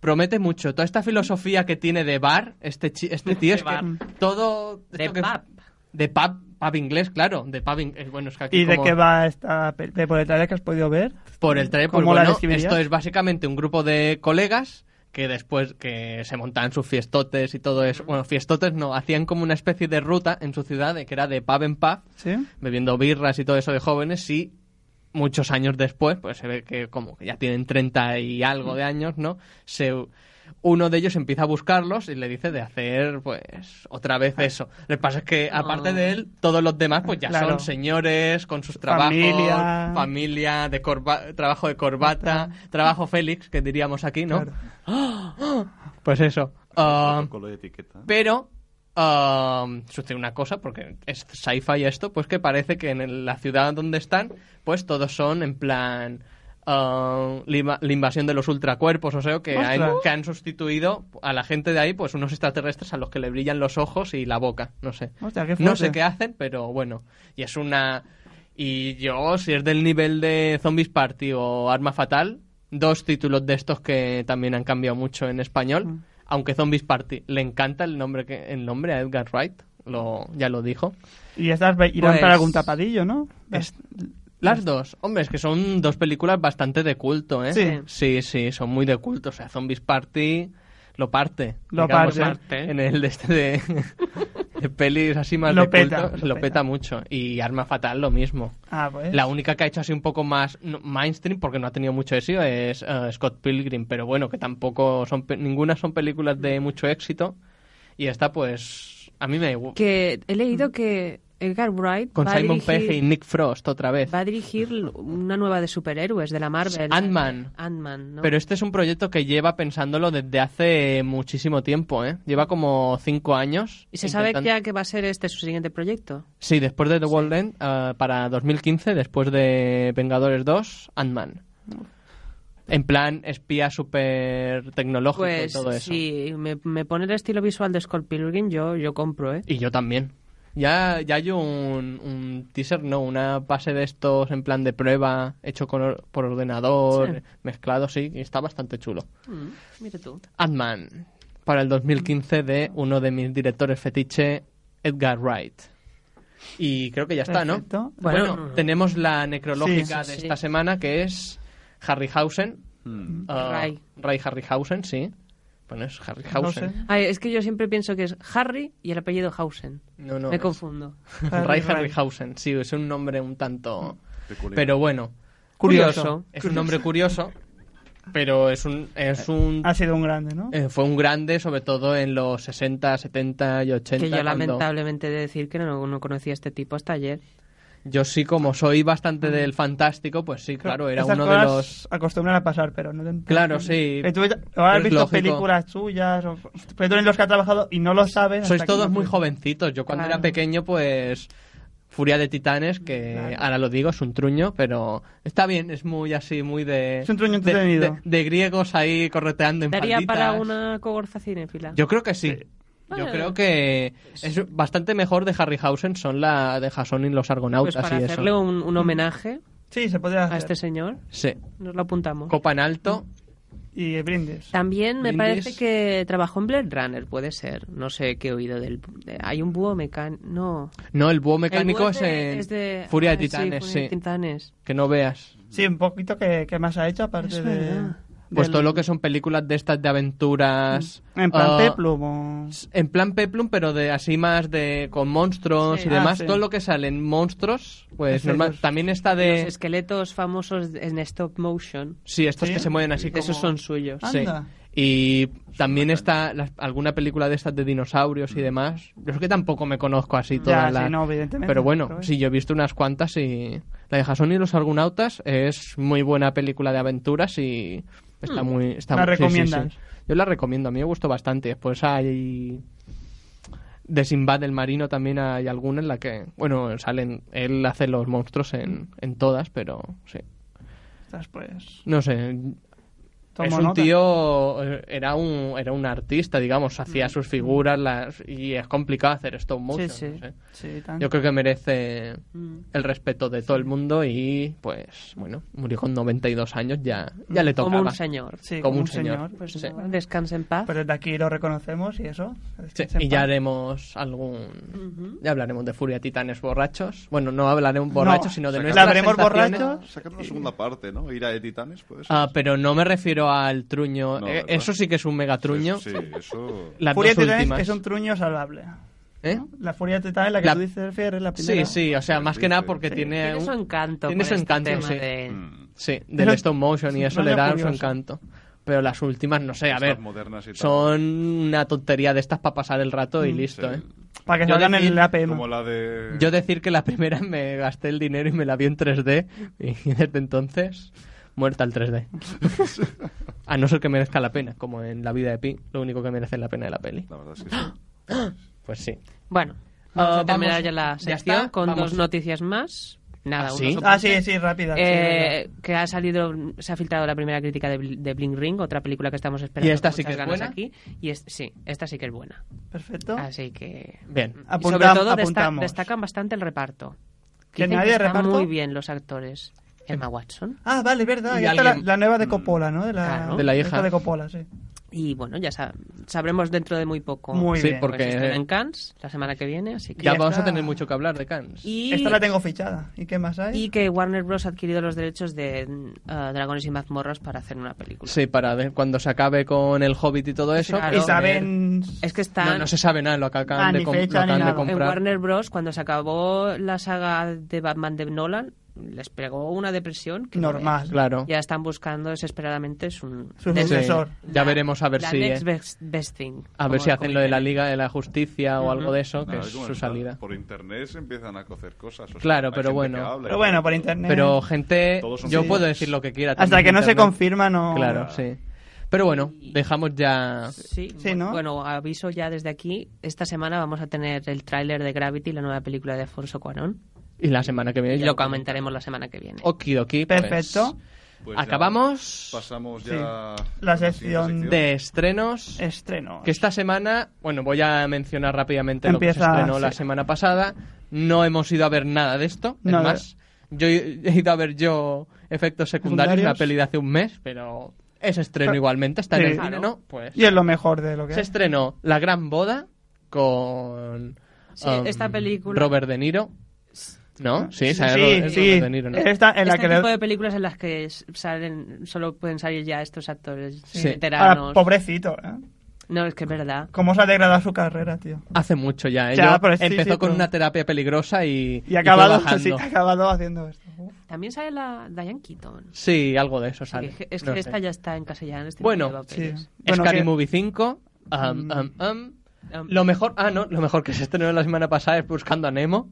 S3: Promete mucho. Toda esta filosofía que tiene de bar, este, chi- este tío, es
S7: De
S3: que
S7: bar.
S3: todo...
S7: De
S3: esto que-
S7: pub.
S3: De pub, pub inglés, claro. De pub in- eh, Bueno, es que aquí
S4: ¿Y de
S3: como-
S4: qué va esta peli? ¿Por el trailer que has podido ver?
S3: Por el trailer, pues
S4: ¿Cómo la
S3: bueno,
S4: describirías?
S3: esto es básicamente un grupo de colegas que después que se montaban sus fiestotes y todo eso. Bueno, fiestotes no, hacían como una especie de ruta en su ciudad de que era de pub en pub,
S4: ¿Sí?
S3: bebiendo birras y todo eso de jóvenes y muchos años después, pues se ve que como que ya tienen 30 y algo de años, ¿no? Se uno de ellos empieza a buscarlos y le dice de hacer pues otra vez
S4: Ah.
S3: eso. Lo que pasa es que aparte de él, todos los demás pues ya
S4: Claro.
S3: son señores con sus trabajos,
S4: Familia.
S3: familia, de corba- trabajo de corbata, trabajo Félix que diríamos aquí, ¿no?
S4: Claro.
S3: Pues eso. Ah,
S2: Protocolo de etiqueta.
S3: pero am, sucede una cosa, porque es sci-fi esto, pues que parece que en el- la ciudad donde están, pues todos son en plan am, la inva- la invasión de los ultracuerpos, o sea, que han,
S4: Ostras.
S3: que han sustituido a la gente de ahí, pues unos extraterrestres a los que le brillan los ojos y la boca, no sé.
S4: Hostia, qué
S3: No
S4: fuerte.
S3: sé qué hacen, pero bueno. Y es una... Y yo, si es del nivel de Zombies Party o Arma Fatal, dos títulos de estos que también han cambiado mucho en español, aunque Zombies Party le encanta el nombre, que, el nombre a Edgar Wright, lo, ya lo dijo.
S4: Y estas ve- irán
S3: Pues-
S4: para algún tapadillo, ¿no?
S3: Es- Las dos, hombre, es que son dos películas bastante de culto, ¿eh?
S4: Sí.
S3: sí, sí, son muy de culto. O sea, Zombies Party lo parte.
S4: Lo
S3: digamos,
S4: parte.
S3: En el de este de, de pelis así más
S4: Lo
S3: de culto,
S4: peta,
S3: se
S4: lo
S3: lo
S4: peta.
S3: peta mucho. Y Arma Fatal lo mismo.
S4: Ah, pues.
S3: La única que ha hecho así un poco más no, mainstream, porque no ha tenido mucho éxito, es eh, Scott Pilgrim, pero bueno, que tampoco son pe- ninguna son películas de mucho éxito. Y esta, pues, a mí me gu-
S7: Que he leído que Edgar Wright
S3: Con
S7: va, a
S3: Simon
S7: dirigir,
S3: Pegg y Nick Frost otra vez.
S7: va a dirigir una nueva de superhéroes de la Marvel.
S3: Ant-Man.
S7: Ant-Man, ¿no?
S3: Pero este es un proyecto que lleva pensándolo desde hace muchísimo tiempo, ¿eh? Lleva como cinco años.
S7: ¿Y se sabe
S3: intentan-
S7: ya que va a ser este su siguiente proyecto?
S3: Sí, después de The World End, ah, eh, para 2015, después de Vengadores 2, Ant-Man. En plan, espía súper tecnológico
S7: Pues
S3: y todo eso.
S7: si me, me pone el estilo visual de Scott Pilgrim, yo, yo compro, ¿eh?
S3: Y yo también. Ya, ya hay un, un teaser, no, una base de estos en plan de prueba, hecho con or- por ordenador,
S7: Sí.
S3: mezclado, sí, y está bastante chulo.
S7: Mm, mira tú.
S3: Ant-Man, para el 2015 de uno de mis directores fetiche, Edgar Wright. Y creo que ya está, ¿no?
S4: Perfecto.
S3: Bueno,
S7: Bueno, no, no.
S3: tenemos la necrológica
S7: Sí, sí,
S3: de
S7: sí.
S3: esta semana que es Harryhausen.
S2: Hmm.
S3: Ah,
S7: Ray.
S3: Ray Harryhausen, sí. Bueno, es Harryhausen.
S7: Ay, es que yo siempre pienso que es Harry y el apellido Hausen.
S3: No, no.
S7: me
S3: es
S7: confundo.
S3: Ray
S4: Harry
S3: Harryhausen, sí, es un nombre un tanto.
S2: Peculiar.
S3: Pero bueno.
S7: Curioso.
S3: Es un nombre curioso, pero es un. Es un
S7: Ah,
S4: Ha sido un grande, ¿no?
S3: eh, fue un grande, sobre todo en los 60, 70 y 80.
S7: Que yo
S3: cuando-
S7: lamentablemente he de decir que no, no conocía a este tipo hasta ayer.
S3: Yo sí, como soy bastante del fantástico, pues sí, claro, era
S4: Estas
S3: uno de
S4: cosas
S3: los.
S4: acostumbran a pasar, pero no tanto.
S3: Claro, sí.
S4: Que tú ya- o has
S3: Es
S4: visto
S3: lógico.
S4: películas suyas, o proyectos en los que ha trabajado y no lo sabes.
S3: Sois
S4: hasta que
S3: todos
S4: no-
S3: muy jovencitos. Yo cuando era
S7: Claro.
S3: pequeño, pues. Furia de Titanes, que ahora lo digo, es un truño, pero está bien, es muy así, muy de.
S4: Es un truño
S3: de-
S4: entretenido.
S3: De, de griegos ahí correteando en
S7: Daría
S3: falditas.
S7: para una cogorza cinéfila.
S3: Yo creo que sí. Yo
S7: Bueno.
S3: creo que es bastante mejor de Harryhausen son la de Jason y los
S7: pues
S3: Argonautas
S7: para
S3: y
S7: hacerle
S3: eso.
S7: un, un homenaje
S4: Sí, se podría hacer.
S7: a este señor,
S3: Sí.
S7: nos lo apuntamos.
S3: Copa en alto.
S4: Y eh, brindis.
S7: También me
S3: Brindis.
S7: parece que trabajó en Blade Runner, puede ser. No sé qué he oído del... de- hay un búho mecánico... No.
S3: No, el búho
S7: El
S3: mecánico
S7: búho
S3: es,
S7: de-
S3: en
S7: es de-
S3: Furia
S7: ah,
S3: de Titanes,
S7: Furia
S3: sí.
S7: de Titanes.
S3: Que no veas.
S4: Sí, un poquito que, que más ha hecho, aparte de.
S7: Es verdad.
S3: Pues
S4: del-
S3: todo lo que son películas de estas de aventuras.
S4: En plan
S3: ah,
S4: Peplum o-
S3: En plan Peplum, pero de así más de con monstruos
S7: Sí.
S3: y demás.
S4: Ah, sí.
S3: Todo lo que salen monstruos, pues
S4: Efectos.
S3: normal. También está de.
S7: Los esqueletos famosos en stop motion.
S3: Sí, estos
S4: ¿Sí?
S3: que se mueven así como.
S7: Esos son suyos.
S4: Ah.
S3: Sí.
S4: Anda.
S3: Y también está las- alguna película de estas de dinosaurios y demás. Yo es que tampoco me conozco así todas
S4: Ya,
S3: las.
S4: sí, no, evidentemente.
S3: Pero bueno,
S4: es-
S3: sí, yo he visto unas cuantas y... La de Jason y los Argonautas es muy buena película de aventuras y está muy... Está
S4: ¿La
S3: muy- sí, sí,
S4: recomiendas?
S3: sí. Yo la recomiendo, a mí me gustó bastante. Después hay... De Sinbad el Marino también hay alguna en la que... Bueno, salen... Él hace los monstruos en, en todas, pero sí.
S4: Estas, pues.
S3: No sé...
S4: tomo
S3: es un
S4: nota.
S3: tío, eh, era un, era un artista, digamos, hacía sus figuras las, y es complicado hacer esto mucho.
S7: sí.
S4: Sí, tan-
S3: Yo creo que merece
S7: Mm.
S3: el respeto de todo el mundo y pues bueno, murió con 92 años, ya, ya le tocaba.
S7: Como un señor.
S4: Sí,
S3: como un señor,
S4: pues,
S3: sí.
S4: bueno.
S7: Descansa en paz.
S4: Pero desde aquí lo reconocemos y eso.
S3: Sí,
S4: descansen
S3: y
S4: en
S3: ya
S4: paz.
S3: haremos algún... Ya hablaremos de Furia Titanes borrachos. Bueno, no hablaremos borrachos,
S4: No,
S3: sino de
S2: sacar-
S3: nuestras
S4: ¿La veremos
S3: sensaciones.
S4: borrachos?
S2: Sacar una segunda parte, ¿no? Ira de Titanes, pues.
S3: Eh, Ah, pero no me refiero al truño.
S2: No,
S3: Eh,
S2: ¿verdad?
S3: eso sí que es un mega truño.
S2: Sí, eso.
S3: Las
S4: Furia
S3: dos
S4: de Titanes
S3: últimas.
S4: es un truño salvable.
S3: ¿Eh?
S4: La Furia de Titanes, la que
S3: La-
S4: tú dices, Fier, es la
S3: Sí,
S4: primera.
S3: sí, o sea, más que nada porque
S4: Sí.
S3: tiene...
S7: Tiene su
S3: un-
S7: encanto.
S3: Tiene
S7: con
S3: su
S7: este
S3: encanto,
S7: tema
S3: sí.
S7: de-
S2: mm,
S3: Sí, del
S4: un-
S3: stop motion y
S4: es
S3: eso
S4: un
S3: le da su
S4: curioso.
S3: encanto. Pero las últimas, no sé, a
S2: estas
S3: ver,
S2: modernas y tal.
S3: son una tontería de estas para pasar el rato y listo,
S2: Sí.
S3: ¿eh?
S4: Para que
S3: Yo
S4: salgan en
S3: decir-
S4: el APM.
S2: Como la de.
S3: Yo decir que la primera me gasté el dinero y me la vi en 3D y desde entonces muerta el 3D. A no ser que merezca la pena, como en la vida de Pi, lo único que merece la pena de la peli.
S2: La verdad es que sí.
S3: Pues sí.
S7: Bueno, vamos
S3: Ah,
S7: a terminar
S3: vamos.
S7: ya la
S3: Ya
S7: sección
S3: está,
S7: con
S3: vamos.
S7: dos noticias más. Nada,
S3: ¿Ah,
S7: unos
S3: sí?
S4: Ah, sí, sí, rápida. sí,
S7: Eh, que ha salido, se ha filtrado la primera crítica de, Bl- de Bling Ring, otra película que estamos esperando.
S3: ¿Y esta
S7: con
S3: sí que
S7: muchas
S3: es
S7: ganas
S3: buena?
S7: Aquí. Y es- sí, esta sí que es buena.
S4: verdad. Perfecto.
S7: Así que.
S3: Bien.
S7: y
S4: Apuntam-
S7: sobre todo desta-
S4: apuntamos.
S7: destacan bastante el reparto.
S4: ¿Que
S7: Dicen
S4: nadie
S7: están
S4: reparto?
S7: muy bien los actores. Emma Watson.
S4: Ah, vale, es verdad.
S3: Y
S4: Y esta es la,
S3: alguien- Mm,
S4: la nueva de Coppola, ¿no? De la,
S7: Claro.
S3: De la hija.
S4: de Coppola, sí.
S7: Y bueno, ya sa- sabremos dentro de muy poco.
S4: Muy
S3: sí,
S4: bien.
S7: porque
S3: porque
S7: se estrena en
S3: eh,
S7: Cannes la semana que viene, así que
S3: ya
S4: Ya
S3: vamos a
S4: está.
S3: tener mucho que hablar de Cans.
S7: y,
S4: Esta la tengo fichada. ¿Y qué más hay?
S7: y que Warner Bros ha adquirido los derechos de mm, ah, Dragones y mazmorras para hacer una película.
S3: Sí, para ver cuando se acabe con el Hobbit y todo eso.
S7: claro. eh,
S4: Y
S3: pues,
S4: saben...
S7: Es que están
S3: No, no se sabe nada, lo que acaban
S4: Ah,
S3: de,
S4: ni
S3: com-
S4: fecha
S3: lo
S4: ni
S3: acaban de
S4: nada. En
S7: en
S3: comprar.
S7: Warner Bros cuando se acabó la saga de Batman de Nolan les pegó una depresión que no
S4: Normal.
S3: Claro.
S7: veas. Ya están buscando desesperadamente su,
S4: Su
S7: de-
S3: Sí,
S4: sucesor.
S3: Ya
S7: la-
S3: veremos a ver
S7: la
S3: si
S7: next
S3: eh,
S7: best, best thing,
S3: a
S7: como
S3: ver si hacen lo de la
S7: comentan.
S3: Liga de la Justicia o algo de eso, que
S2: Nada,
S3: es
S2: ¿cómo
S3: su
S2: está?
S3: salida.
S2: Por internet se empiezan a cocer cosas. o sea,
S3: Claro,
S2: hay
S3: pero
S2: gente
S3: bueno.
S2: que habla y
S4: Pero
S2: tal.
S4: bueno, por internet.
S3: Pero gente,
S2: Todos son
S3: yo
S2: fans.
S3: puedo decir lo que quiera.
S4: Eh. Hasta
S3: también
S4: que
S3: en
S4: no se
S3: internet.
S4: confirma, no...
S3: Claro, sí. Pero bueno, dejamos ya.
S7: Sí,
S4: Sí,
S7: bueno,
S4: ¿no?
S7: bueno, aviso ya desde aquí, esta semana vamos a tener el tráiler de Gravity, la nueva película de Alfonso Cuarón,
S3: Y la semana que viene.
S7: y
S3: ya
S7: lo comentaremos la semana que viene.
S3: Okidoki. pues,
S4: Perfecto.
S2: Pues ya
S3: Acabamos
S2: Pasamos ya
S4: Sí.
S2: a
S4: La
S2: siguiente
S4: sección
S3: de estrenos.
S4: Estreno.
S3: Pues, Que esta semana, bueno, voy a mencionar rápidamente lo que
S4: Empieza,
S3: se estrenó la
S4: sí.
S3: semana pasada. No hemos ido a ver nada de esto, es
S4: No,
S3: más. Yo he he ido a ver yo efectos secundarios,
S4: Secundarios.
S3: una peli de hace un mes, pero es estreno
S4: Pero-
S3: igualmente, está en
S4: Sí.
S3: el cine,
S7: Claro.
S3: ¿no? Pues
S4: Y es lo mejor de lo que
S3: se
S4: es.
S3: estrenó La Gran Boda con
S7: Sí, esta película-
S3: um, Robert De Niro. ¿No? Sí,
S4: sí,
S3: esa es Ro- es
S4: sí.
S3: Robert De Niro, ¿no?
S4: Esta en la
S7: este
S4: que
S7: tipo
S4: le...
S7: de películas en las que s- salen solo pueden salir ya estos actores
S3: Sí.
S7: veteranos.
S4: Ahora, Ah, pobrecito, ¿eh?
S7: No, es que es verdad.
S4: Cómo se ha degradado su carrera, tío.
S3: Hace mucho ya. ¿eh?
S4: Ya,
S3: Yo
S4: pero sí,
S3: empezó
S4: sí,
S3: con
S4: pero-
S3: una terapia peligrosa y.
S4: Y ha acabado,
S3: fue
S4: sí,
S3: bajando.
S4: ha acabado haciendo esto.
S7: También sale la Diane Keaton.
S3: Sí, algo de eso
S7: O sea,
S3: sale.
S7: que es que
S3: No sé.
S7: esta ya está en castellano. Este
S3: Bueno,
S7: tipo de
S4: Sí.
S7: papeles.
S4: Bueno,
S3: Scary
S4: que- Mm.
S3: Movie 5. um, um, um.
S7: Um,
S3: Lo mejor. Ah, no, lo mejor que se estrenó la semana pasada es Buscando a Nemo.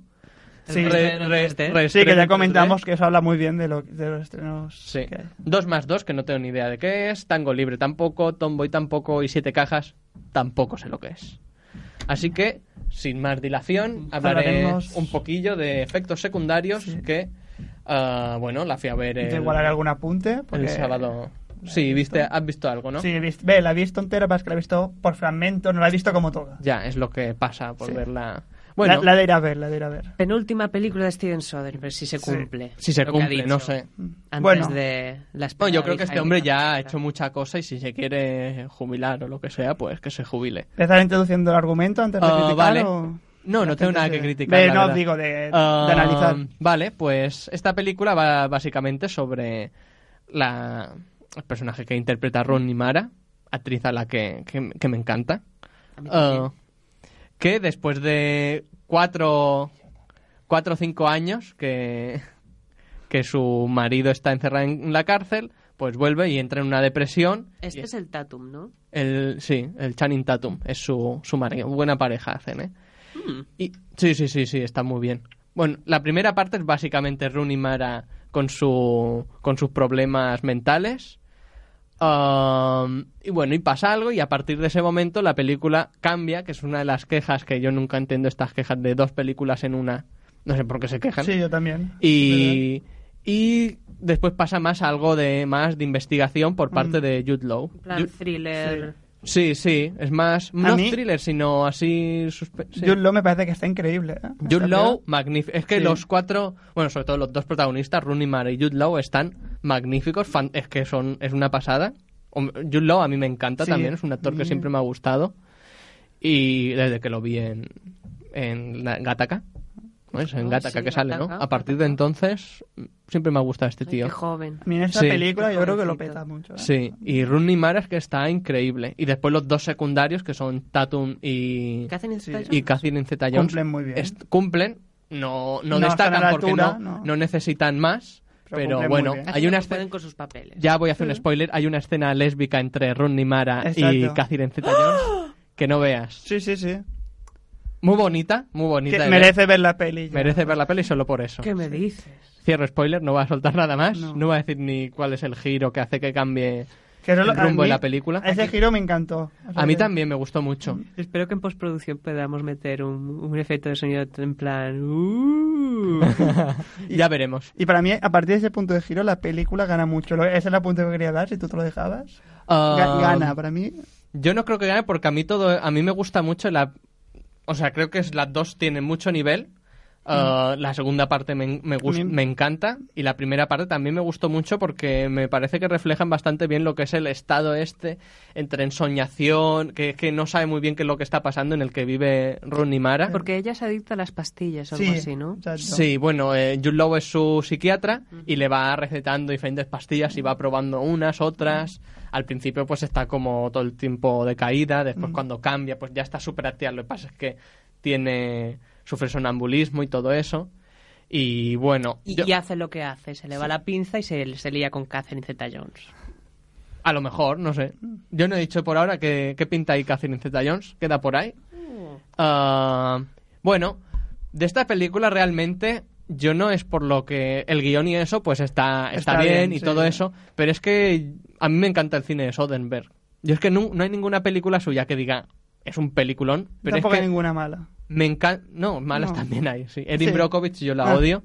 S4: Sí.
S3: Re- re- reestreno
S4: Sí, que ya
S3: en
S4: comentamos
S3: 3D.
S4: que eso habla muy bien de, lo, de los estrenos
S3: Sí.
S4: que hay.
S3: 2 más 2, que no tengo ni idea de qué es. Tango Libre tampoco. Tomboy tampoco. Y Siete Cajas tampoco sé lo que es. Así que, sin más dilación, hablaré
S4: Hablaremos-
S3: un poquillo de efectos secundarios que. ah, bueno, la fui a ver
S4: Te
S3: el,
S4: igualaré algún apunte. Porque...
S3: el sábado. Sí, viste, has visto algo, ¿no?
S4: Sí, he visto- ve, la he visto entera, pero es que la he visto por fragmentos, no la he visto como toda.
S3: Ya, es lo que pasa por
S4: Sí.
S3: verla. Bueno,
S4: la, la de ir a ver, la de ir a ver.
S7: Penúltima película de Steven Soderbergh, si se
S4: Sí.
S7: cumple.
S3: si se
S7: lo que ha
S3: cumple,
S7: dicho
S3: no sé.
S7: Antes
S4: Mm. Bueno.
S7: de la
S3: No,
S7: espera
S3: yo
S7: de
S3: creo que este
S7: Jaime
S3: hombre ya ha
S7: Campanella.
S3: hecho mucha cosa y si se quiere jubilar o lo que sea, pues que se jubile.
S4: ¿Empezar introduciendo el argumento antes de
S3: Ah,
S4: criticar
S3: vale.
S4: o-
S3: No, no tengo nada que
S4: Ve,
S3: criticar. la
S4: no,
S3: verdad.
S4: digo, de, de
S3: Ah,
S4: analizar.
S3: Vale, pues esta película va básicamente sobre la, el personaje que interpreta Ron Mara, actriz a la que, que- que me encanta.
S7: A mí también.
S3: Ah, que después de cuatro, cuatro o cinco años que, que su marido está encerrado en la cárcel, pues vuelve y entra en una depresión.
S7: Este
S3: Y-
S7: es el Tatum, ¿no?
S3: el, sí, el Channing Tatum es su, su marido. Buena pareja hacen, ¿eh?
S7: Hmm.
S3: Y, sí, sí, sí, sí, está muy bien. Bueno, la primera parte es básicamente Rooney Mara con, su, con sus problemas mentales. Um, y bueno, y pasa algo y a partir de ese momento la película cambia, que es una de las quejas que yo nunca entiendo estas quejas de dos películas en una. No sé por qué se quejan.
S4: Sí, yo también.
S3: Y, y después pasa más algo de más de investigación por parte de Jude Law.
S7: En plan
S3: Ju-
S7: thriller.
S3: Sí, este sí, es más,
S4: A
S3: no
S4: mí-
S3: thriller, sino así... suspe- sí.
S4: Jude Law me parece que está increíble. ¿eh? Esta
S3: Jude Law,
S4: película.
S3: magnífico. Es que
S4: Sí.
S3: los cuatro, bueno, sobre todo los dos protagonistas, Rooney Mara y Jude Law, están magníficos. fan- es que son, es una pasada. Hom- Jude Law a mí me encanta
S4: Sí.
S3: también, es un actor que siempre me ha gustado. Y desde que lo vi en, en la- Gattaca. ¿no? Es en
S7: Ah,
S3: Gattaca
S7: sí,
S3: que sale, ¿no?
S7: Gattaca,
S3: A partir de
S7: Gattaca.
S3: entonces, mm, siempre me ha gustado este
S7: Ay,
S3: tío.
S7: qué joven.
S4: A mí en esta
S3: Sí.
S4: película yo creo que lo
S7: Pobrecito.
S4: peta mucho. ¿eh?
S3: Sí, y Rooney Mara es que está increíble. Y después los dos secundarios, que son Tatum y,
S7: ¿Qué hacen este en
S4: Sí.
S7: Zeta Jones?
S3: y Catherine Zeta Jones.
S4: Cumplen muy bien.
S3: cumplen, no, no,
S4: No están a
S3: destacan
S4: la
S3: porque
S4: altura,
S3: no,
S4: no.
S3: no necesitan más.
S4: Pero
S3: Pero,
S4: cumplen muy
S3: bueno,
S4: bien.
S7: Hacen
S3: hay
S7: Este lo
S3: una
S7: que pueden
S3: escena.
S7: con sus papeles.
S3: Ya voy a hacer un spoiler. Hay una escena lésbica entre Rooney Mara y
S4: Exacto.
S3: Catherine Zeta Jones que no veas.
S4: Sí, sí, sí.
S3: Muy bonita, muy
S4: Que
S3: bonita. de ver.
S4: merece ver la peli. ya.
S3: merece ver la peli solo por eso.
S7: ¿Qué me dices?
S3: Cierro spoiler, no va a soltar nada más. No.
S4: No.
S3: va a decir ni cuál es el giro que hace que cambie
S4: Que eso
S3: el
S4: lo- a
S3: rumbo de
S4: mí-
S3: la película.
S4: Ese giro me encantó. O sea,
S3: A mí
S4: que-
S3: también me gustó mucho.
S7: Espero que en postproducción podamos meter un, un efecto de sonido en plan. uh.
S3: ya veremos.
S4: Y para mí, a partir de ese punto de giro, la película gana mucho. Lo- Ese es el punto que quería dar, si tú te lo dejabas. Ga-
S3: Ah,
S4: Gana, para mí.
S3: Yo no creo que gane porque a mí todo, a mí me gusta mucho la, o sea, creo que es, las dos tienen mucho nivel. Ah, La segunda parte me, en- me, gus-
S4: También.
S3: me encanta y la primera parte también me gustó mucho porque me parece que reflejan bastante bien lo que es el estado este entre ensoñación, que, que no sabe muy bien qué es lo que está pasando en el que vive Rooney Mara.
S7: Porque ella se adicta a las pastillas o algo
S4: Sí,
S7: así, ¿no?
S4: exacto.
S3: Sí, bueno, eh, Jude Law es su psiquiatra y le va recetando diferentes pastillas y va probando unas, otras. Al principio pues está como todo el tiempo de caída, después cuando cambia pues ya está súper activa. Lo que pasa es que tiene, sufre sonambulismo y todo eso. Y bueno,
S7: Y,
S3: yo-
S7: y hace lo que hace, se le va la pinza y se, se lía con Catherine Zeta Jones.
S3: a lo mejor, no sé. Yo no he dicho por ahora que, qué pinta ahí Catherine Zeta-Jones, queda por ahí.
S7: Mm.
S3: Ah, bueno, de esta película realmente yo no es por lo que el guión y eso, pues está, está,
S4: Está
S3: bien,
S4: bien,
S3: y
S4: sí.
S3: todo eso, pero es que a mí me encanta el cine de Soderbergh. Yo es que no, no hay ninguna película suya que diga es un peliculón, pero
S4: Tampoco
S3: es
S4: hay
S3: que
S4: ninguna mala.
S3: me encanta... No, malas
S4: No.
S3: también hay, sí. Erin
S4: Sí.
S3: Brockovich yo la
S4: Ah.
S3: odio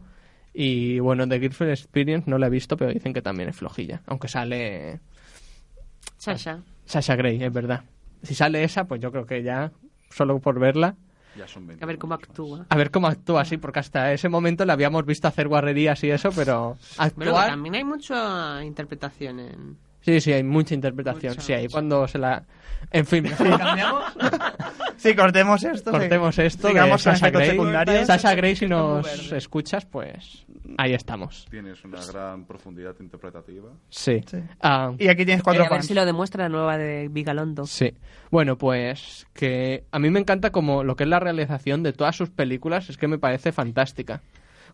S3: Y bueno, The Girlfriend Experience no la he visto, pero dicen que también es flojilla. Aunque sale
S7: Sasha.
S3: Sasha Grey, es verdad. Si sale esa, pues yo creo que ya, solo por verla,
S2: Ya son 20
S7: A ver cómo
S2: minutos más.
S7: actúa.
S3: a ver cómo actúa así, porque hasta ese momento la habíamos visto hacer guarrerías y eso, pero
S7: Bueno,
S3: actuar...
S7: que también hay mucha interpretación en...
S3: Sí, sí, hay mucha interpretación.
S7: Mucha,
S3: sí, ahí
S7: mucha.
S3: cuando se la... En fin, mejor cambiamos.
S4: Sí, cortemos esto. sí.
S3: Cortemos esto de
S4: Sigamos con
S3: Sasha
S4: efectos
S3: Grey.
S4: secundarios.
S3: Sasha Grey, si nos escuchas, pues ahí estamos.
S2: Tienes una gran profundidad interpretativa.
S3: Sí.
S4: Sí.
S3: Ah,
S4: Y aquí tienes cuatro
S7: Eh, a ver
S4: fans.
S7: si lo demuestra la nueva de Vigalondo.
S3: Sí. Bueno, pues que a mí me encanta como lo que es la realización de todas sus películas, es que me parece fantástica.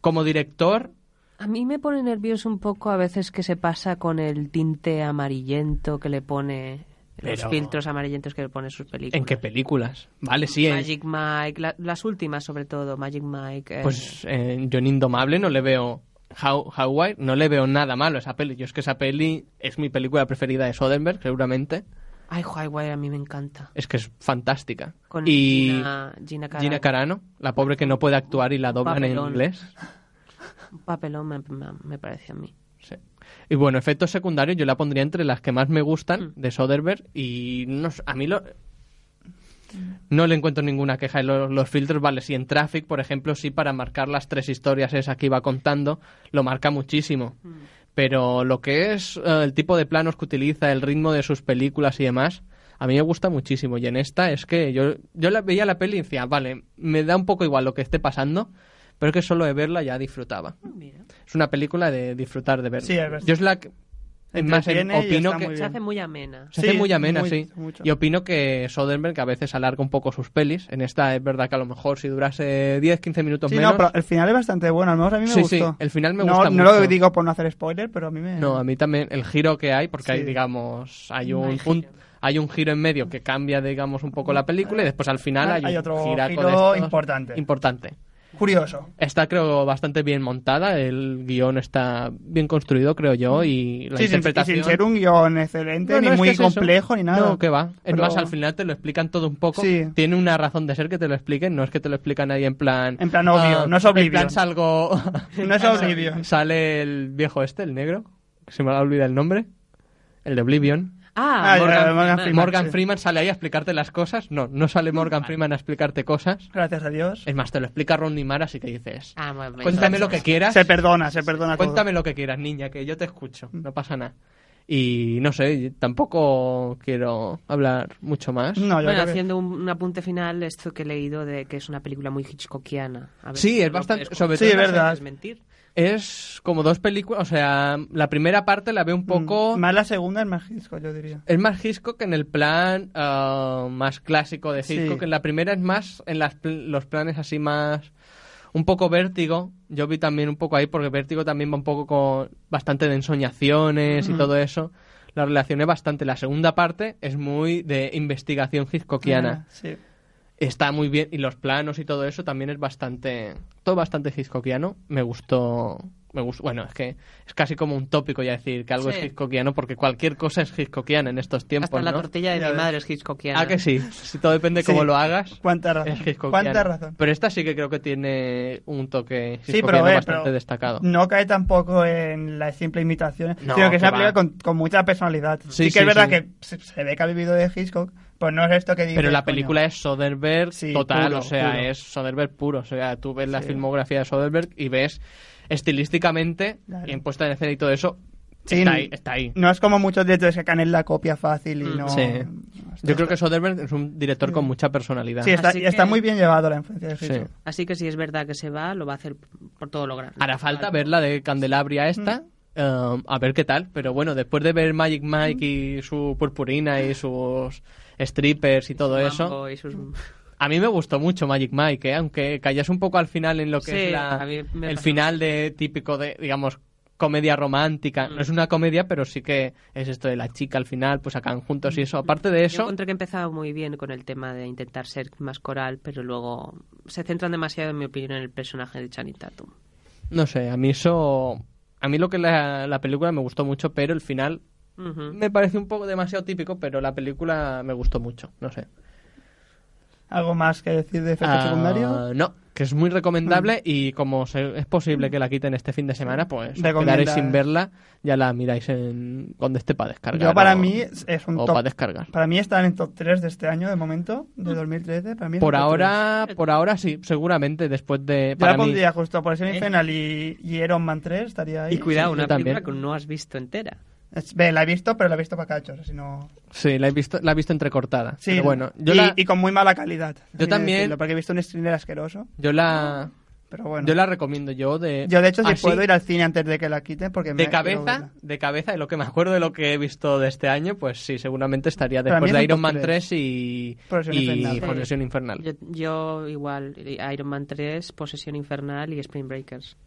S3: Como director,
S7: A mí me pone nervioso un poco a veces que se pasa con el tinte amarillento que le pone... Los
S3: Pero-
S7: filtros amarillentos que le pone sus películas.
S3: ¿en qué películas? Vale, sí, en-
S7: Magic Mike, la- las últimas sobre todo, Magic Mike. eh,
S3: pues en John Indomable no le veo How, How Wide, no le veo nada malo a esa peli. Yo es que esa peli es mi película preferida de Soderbergh, seguramente.
S7: Ay, Highwire a mí me encanta.
S3: Es que es fantástica.
S7: Con
S3: y
S7: Gina, Gina Carano.
S3: Gina Carano, la pobre que no puede actuar y la doblan en
S7: papelón.
S3: inglés.
S7: Un papelón me, me- me parece a mí.
S3: Sí. Y bueno, efectos secundarios yo la pondría entre las que más me gustan de Soderbergh y no, sé, a mí lo, no le encuentro ninguna queja. Y lo- Los, filtros, vale, sí, en Traffic, por ejemplo, sí, para marcar las tres historias esas que iba contando, lo marca muchísimo. Pero lo que es eh, el tipo de planos que utiliza, el ritmo de sus películas y demás, a mí me gusta muchísimo. Y en esta es que yo, yo la, veía la peli y decía, vale, me da un poco igual lo que esté pasando, pero es que solo de verla ya disfrutaba.
S7: Ah, Mira.
S3: Es una película de disfrutar de ver.
S4: Sí, es verdad.
S3: Yo es la que más en-
S4: Entretiene y
S3: opino
S4: está
S3: que
S4: muy
S7: Se
S4: bien.
S7: hace muy amena.
S3: se hace
S4: Sí,
S3: muy amena,
S4: muy-
S3: sí.
S4: mucho.
S3: Y opino que Soderbergh a veces alarga un poco sus pelis. En esta es verdad que a lo mejor si durase 10, 15 minutos
S4: Sí,
S3: menos.
S4: no, pero el final es bastante bueno. Al menos a mí me
S3: Sí,
S4: gustó.
S3: sí, el final me
S4: no,
S3: gusta
S4: No
S3: mucho.
S4: lo digo por no hacer spoiler, pero a mí me...
S3: No, a mí también el giro que hay, porque hay,
S4: Sí.
S3: digamos, hay
S7: No
S3: un,
S7: hay
S3: un- hay,
S7: giro.
S3: un giro en medio que cambia, digamos, un poco la película y después al final hay,
S4: Hay
S3: un
S4: otro
S3: giraco
S4: giro
S3: de estos
S4: importante.
S3: Importante.
S4: Curioso.
S3: Está, creo, bastante bien montada. El guión está bien construido, creo yo, y la
S4: Sí, sin, y
S3: interpretación...
S4: sin ser un guión excelente,
S3: No,
S4: ni
S3: no, es
S4: muy
S3: que es eso.
S4: complejo, ni nada.
S3: No, que va. Es
S4: Pero
S3: más, al final te lo explican todo un poco.
S4: Sí.
S3: Tiene una razón de ser que te lo expliquen. No es que te lo explican ahí en plan.
S4: En plan obvio, no es
S3: Ah, En
S4: Oblivion.
S3: plan salgo.
S4: No es Oblivion.
S3: Sale el viejo este, el negro. que Se me ha olvidado el nombre. El de Oblivion.
S7: Ah,
S4: Ah, ya,
S7: Morgan,
S4: Morgan
S7: Freeman.
S4: Freeman.
S3: Morgan
S4: sí.
S3: Freeman sale ahí a explicarte las cosas. No, no sale Morgan Freeman a explicarte cosas.
S4: Gracias a Dios.
S3: Es más, te lo explica Ronnie Mara, así que dices.
S7: Ah, muy bien.
S3: Cuéntame lo que quieras.
S4: Se perdona, se perdona todo.
S3: Cuéntame lo que quieras, niña, que yo te escucho. No pasa nada. Y no sé, tampoco quiero hablar mucho más.
S4: No, yo
S7: Bueno,
S4: creo que-
S7: haciendo un, un apunte final, esto que he leído de que es una película muy Hitchcockiana. A ver
S3: Sí,
S7: si
S3: es
S7: lo
S3: bastante-
S7: puedes
S3: sobre
S7: confirmar,
S4: todo- Sí, es verdad.
S7: si es mentir.
S3: Es como dos películas, o sea, la primera parte la veo un poco...
S4: mm, Más la segunda es más Hitchcock, yo diría.
S3: Es más Hitchcock en el plan ah, más clásico de
S4: Sí.
S3: Hitchcock. En la primera es más en las, pl- los planes así más... Un poco vértigo. Yo vi también un poco ahí porque vértigo también va un poco con bastante de ensoñaciones y todo eso. La relacioné bastante. La segunda parte es muy de investigación hitchcockiana.
S4: Ah, sí.
S3: Está muy bien. Y los planos y todo eso también es bastante. Todo bastante hitchcockiano. Me gustó. Me gustó. Bueno, es que es casi como un tópico ya decir que algo
S7: Sí.
S3: es hitchcockiano, porque cualquier cosa es hitchcockiana en estos tiempos,
S7: Hasta la
S3: ¿no?
S7: tortilla de
S4: Ya
S7: mi
S4: ves.
S7: madre es Hitchcockiana.
S3: Ah, que sí. Si todo depende de
S4: Sí.
S3: cómo lo hagas.
S4: Cuánta razón.
S3: Es hitchcockiana.
S4: Cuánta razón.
S3: Pero esta sí que creo que tiene un toque
S4: Sí,
S3: hitchcockiano
S4: pero, eh,
S3: bastante
S4: pero
S3: destacado.
S4: no cae tampoco en la simple imitación,
S3: No,
S4: sino que
S3: que
S4: es una
S3: va.
S4: película con, con mucha personalidad. Sí, que
S3: sí,
S4: es verdad
S3: sí.
S4: que se, se ve que ha vivido de Hitchcock, pues no es esto que dice.
S3: Pero la película es Soderbergh
S4: Sí,
S3: total,
S4: puro,
S3: o sea,
S4: puro.
S3: es Soderbergh puro. O sea, tú ves la filmografía de Soderbergh y ves estilísticamente
S4: Claro.
S3: y en puesta en escena y todo eso.
S4: Sí,
S3: está
S4: no-
S3: ahí, está ahí.
S4: No es como muchos directores que caen en la copia fácil y
S7: Mm.
S4: no.
S3: Sí.
S4: no está-
S3: Yo creo que Soderbergh es un director con mucha personalidad.
S4: Sí, está,
S7: Así
S4: y está
S7: que-
S4: muy bien llevado la influencia de
S3: Sí.
S4: Hitchcock.
S7: Así que si es verdad que se va, lo va a hacer por todo lo grande.
S3: Hará falta ver la de
S4: Mm.
S3: Candelabria esta, eh, a ver qué tal. Pero bueno, después de ver Magic Mike
S4: Mm.
S3: y su purpurina y sus strippers y todo eso,
S7: Mambo y sus-
S3: a mí me gustó mucho Magic Mike, eh, aunque callas un poco al final en lo que
S7: Sí,
S3: es la-
S7: a mí me
S3: el
S7: pasó.
S3: final de típico de, digamos, comedia romántica.
S7: Mm.
S3: No es una comedia, pero sí que es esto de la chica al final, pues acaban juntos y eso. Aparte de
S7: Mm, Yo
S3: eso,
S7: encontré que empezaba muy bien con el tema de intentar ser más coral, pero luego se centran demasiado, en mi opinión, en el personaje de Channing Tatum.
S3: no sé, a mí eso... A mí lo que la, la película me gustó mucho, pero el final
S7: Ujú.
S3: Me parece un poco demasiado típico, pero la película me gustó mucho, no sé.
S4: ¿Algo más que decir de efecto
S3: Ah,
S4: secundario? Mm.
S3: No, que es muy recomendable y como se- es posible que la quiten este fin de semana, pues os
S4: Recomienda-
S3: quedaréis sin verla, ya la miráis en donde esté para descargar.
S4: Yo para
S3: o-
S4: mí es es un
S3: o
S4: top.
S3: para descargar.
S4: Para mí están en top 3 de este año, de momento, de 2013. Para mí es
S3: Por
S4: un top
S3: ahora, por ahora sí, seguramente después
S4: 3. Yo
S3: de para
S4: la
S3: mí-
S4: pondría justo por
S7: ¿Eh?
S4: semifinal y, y Iron Man 3 estaría ahí.
S7: Y cuidado,
S3: sí,
S7: una
S3: yo también.
S7: película que no has visto entera.
S4: Es- Ve, la he visto, pero la he visto para cachos. Así no...
S3: Sí, la he visto, la he visto entrecortada.
S4: Sí,
S3: Pero bueno, yo
S4: y,
S3: la,
S4: y con muy mala calidad. hay que
S3: también-
S4: decirlo, porque he visto un streamer asqueroso.
S3: yo la,
S4: Pero bueno.
S3: yo la recomiendo. Yo de,
S4: Yo, de hecho, si
S3: así,
S4: puedo ir al cine antes de que la quiten, porque me
S3: de
S4: quiero
S3: cabeza,
S4: verla.
S3: de cabeza, de lo que me acuerdo de lo que he visto de este año, pues sí, seguramente estaría
S4: Para mí
S3: después
S4: es
S3: de
S4: un
S3: Iron
S4: top
S3: Man
S4: tres.
S3: 3 y
S4: Posesión
S3: y
S4: Infernal.
S3: Posesión Infernal.
S7: Yo, yo igual, eh, Iron Man 3, Posesión Infernal y Spring Breakers.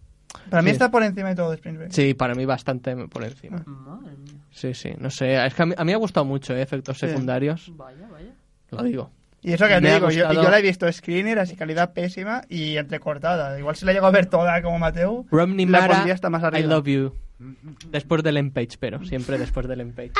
S4: Para mí
S3: Sí.
S4: está por encima de todo de Spring Break.
S3: Sí, para mí bastante por
S4: Ah.
S3: encima.
S7: Madre mía.
S3: Sí, sí, no sé, es que a mí, a mí me ha gustado mucho, eh, efectos
S4: Sí.
S3: secundarios,
S7: Vaya, vaya.
S3: lo digo.
S4: Y eso que
S3: Me
S4: te
S3: ha
S4: digo, yo, y
S3: gustado-
S4: yo la he visto screener, así calidad pésima y entrecortada. Igual si la llego a ver toda como Mateo,
S3: Romney
S4: la
S3: Mara,
S4: pondría hasta más
S3: I
S4: arriba. Mm-hmm.
S3: love you. Después del Empage, pero siempre después del Empage.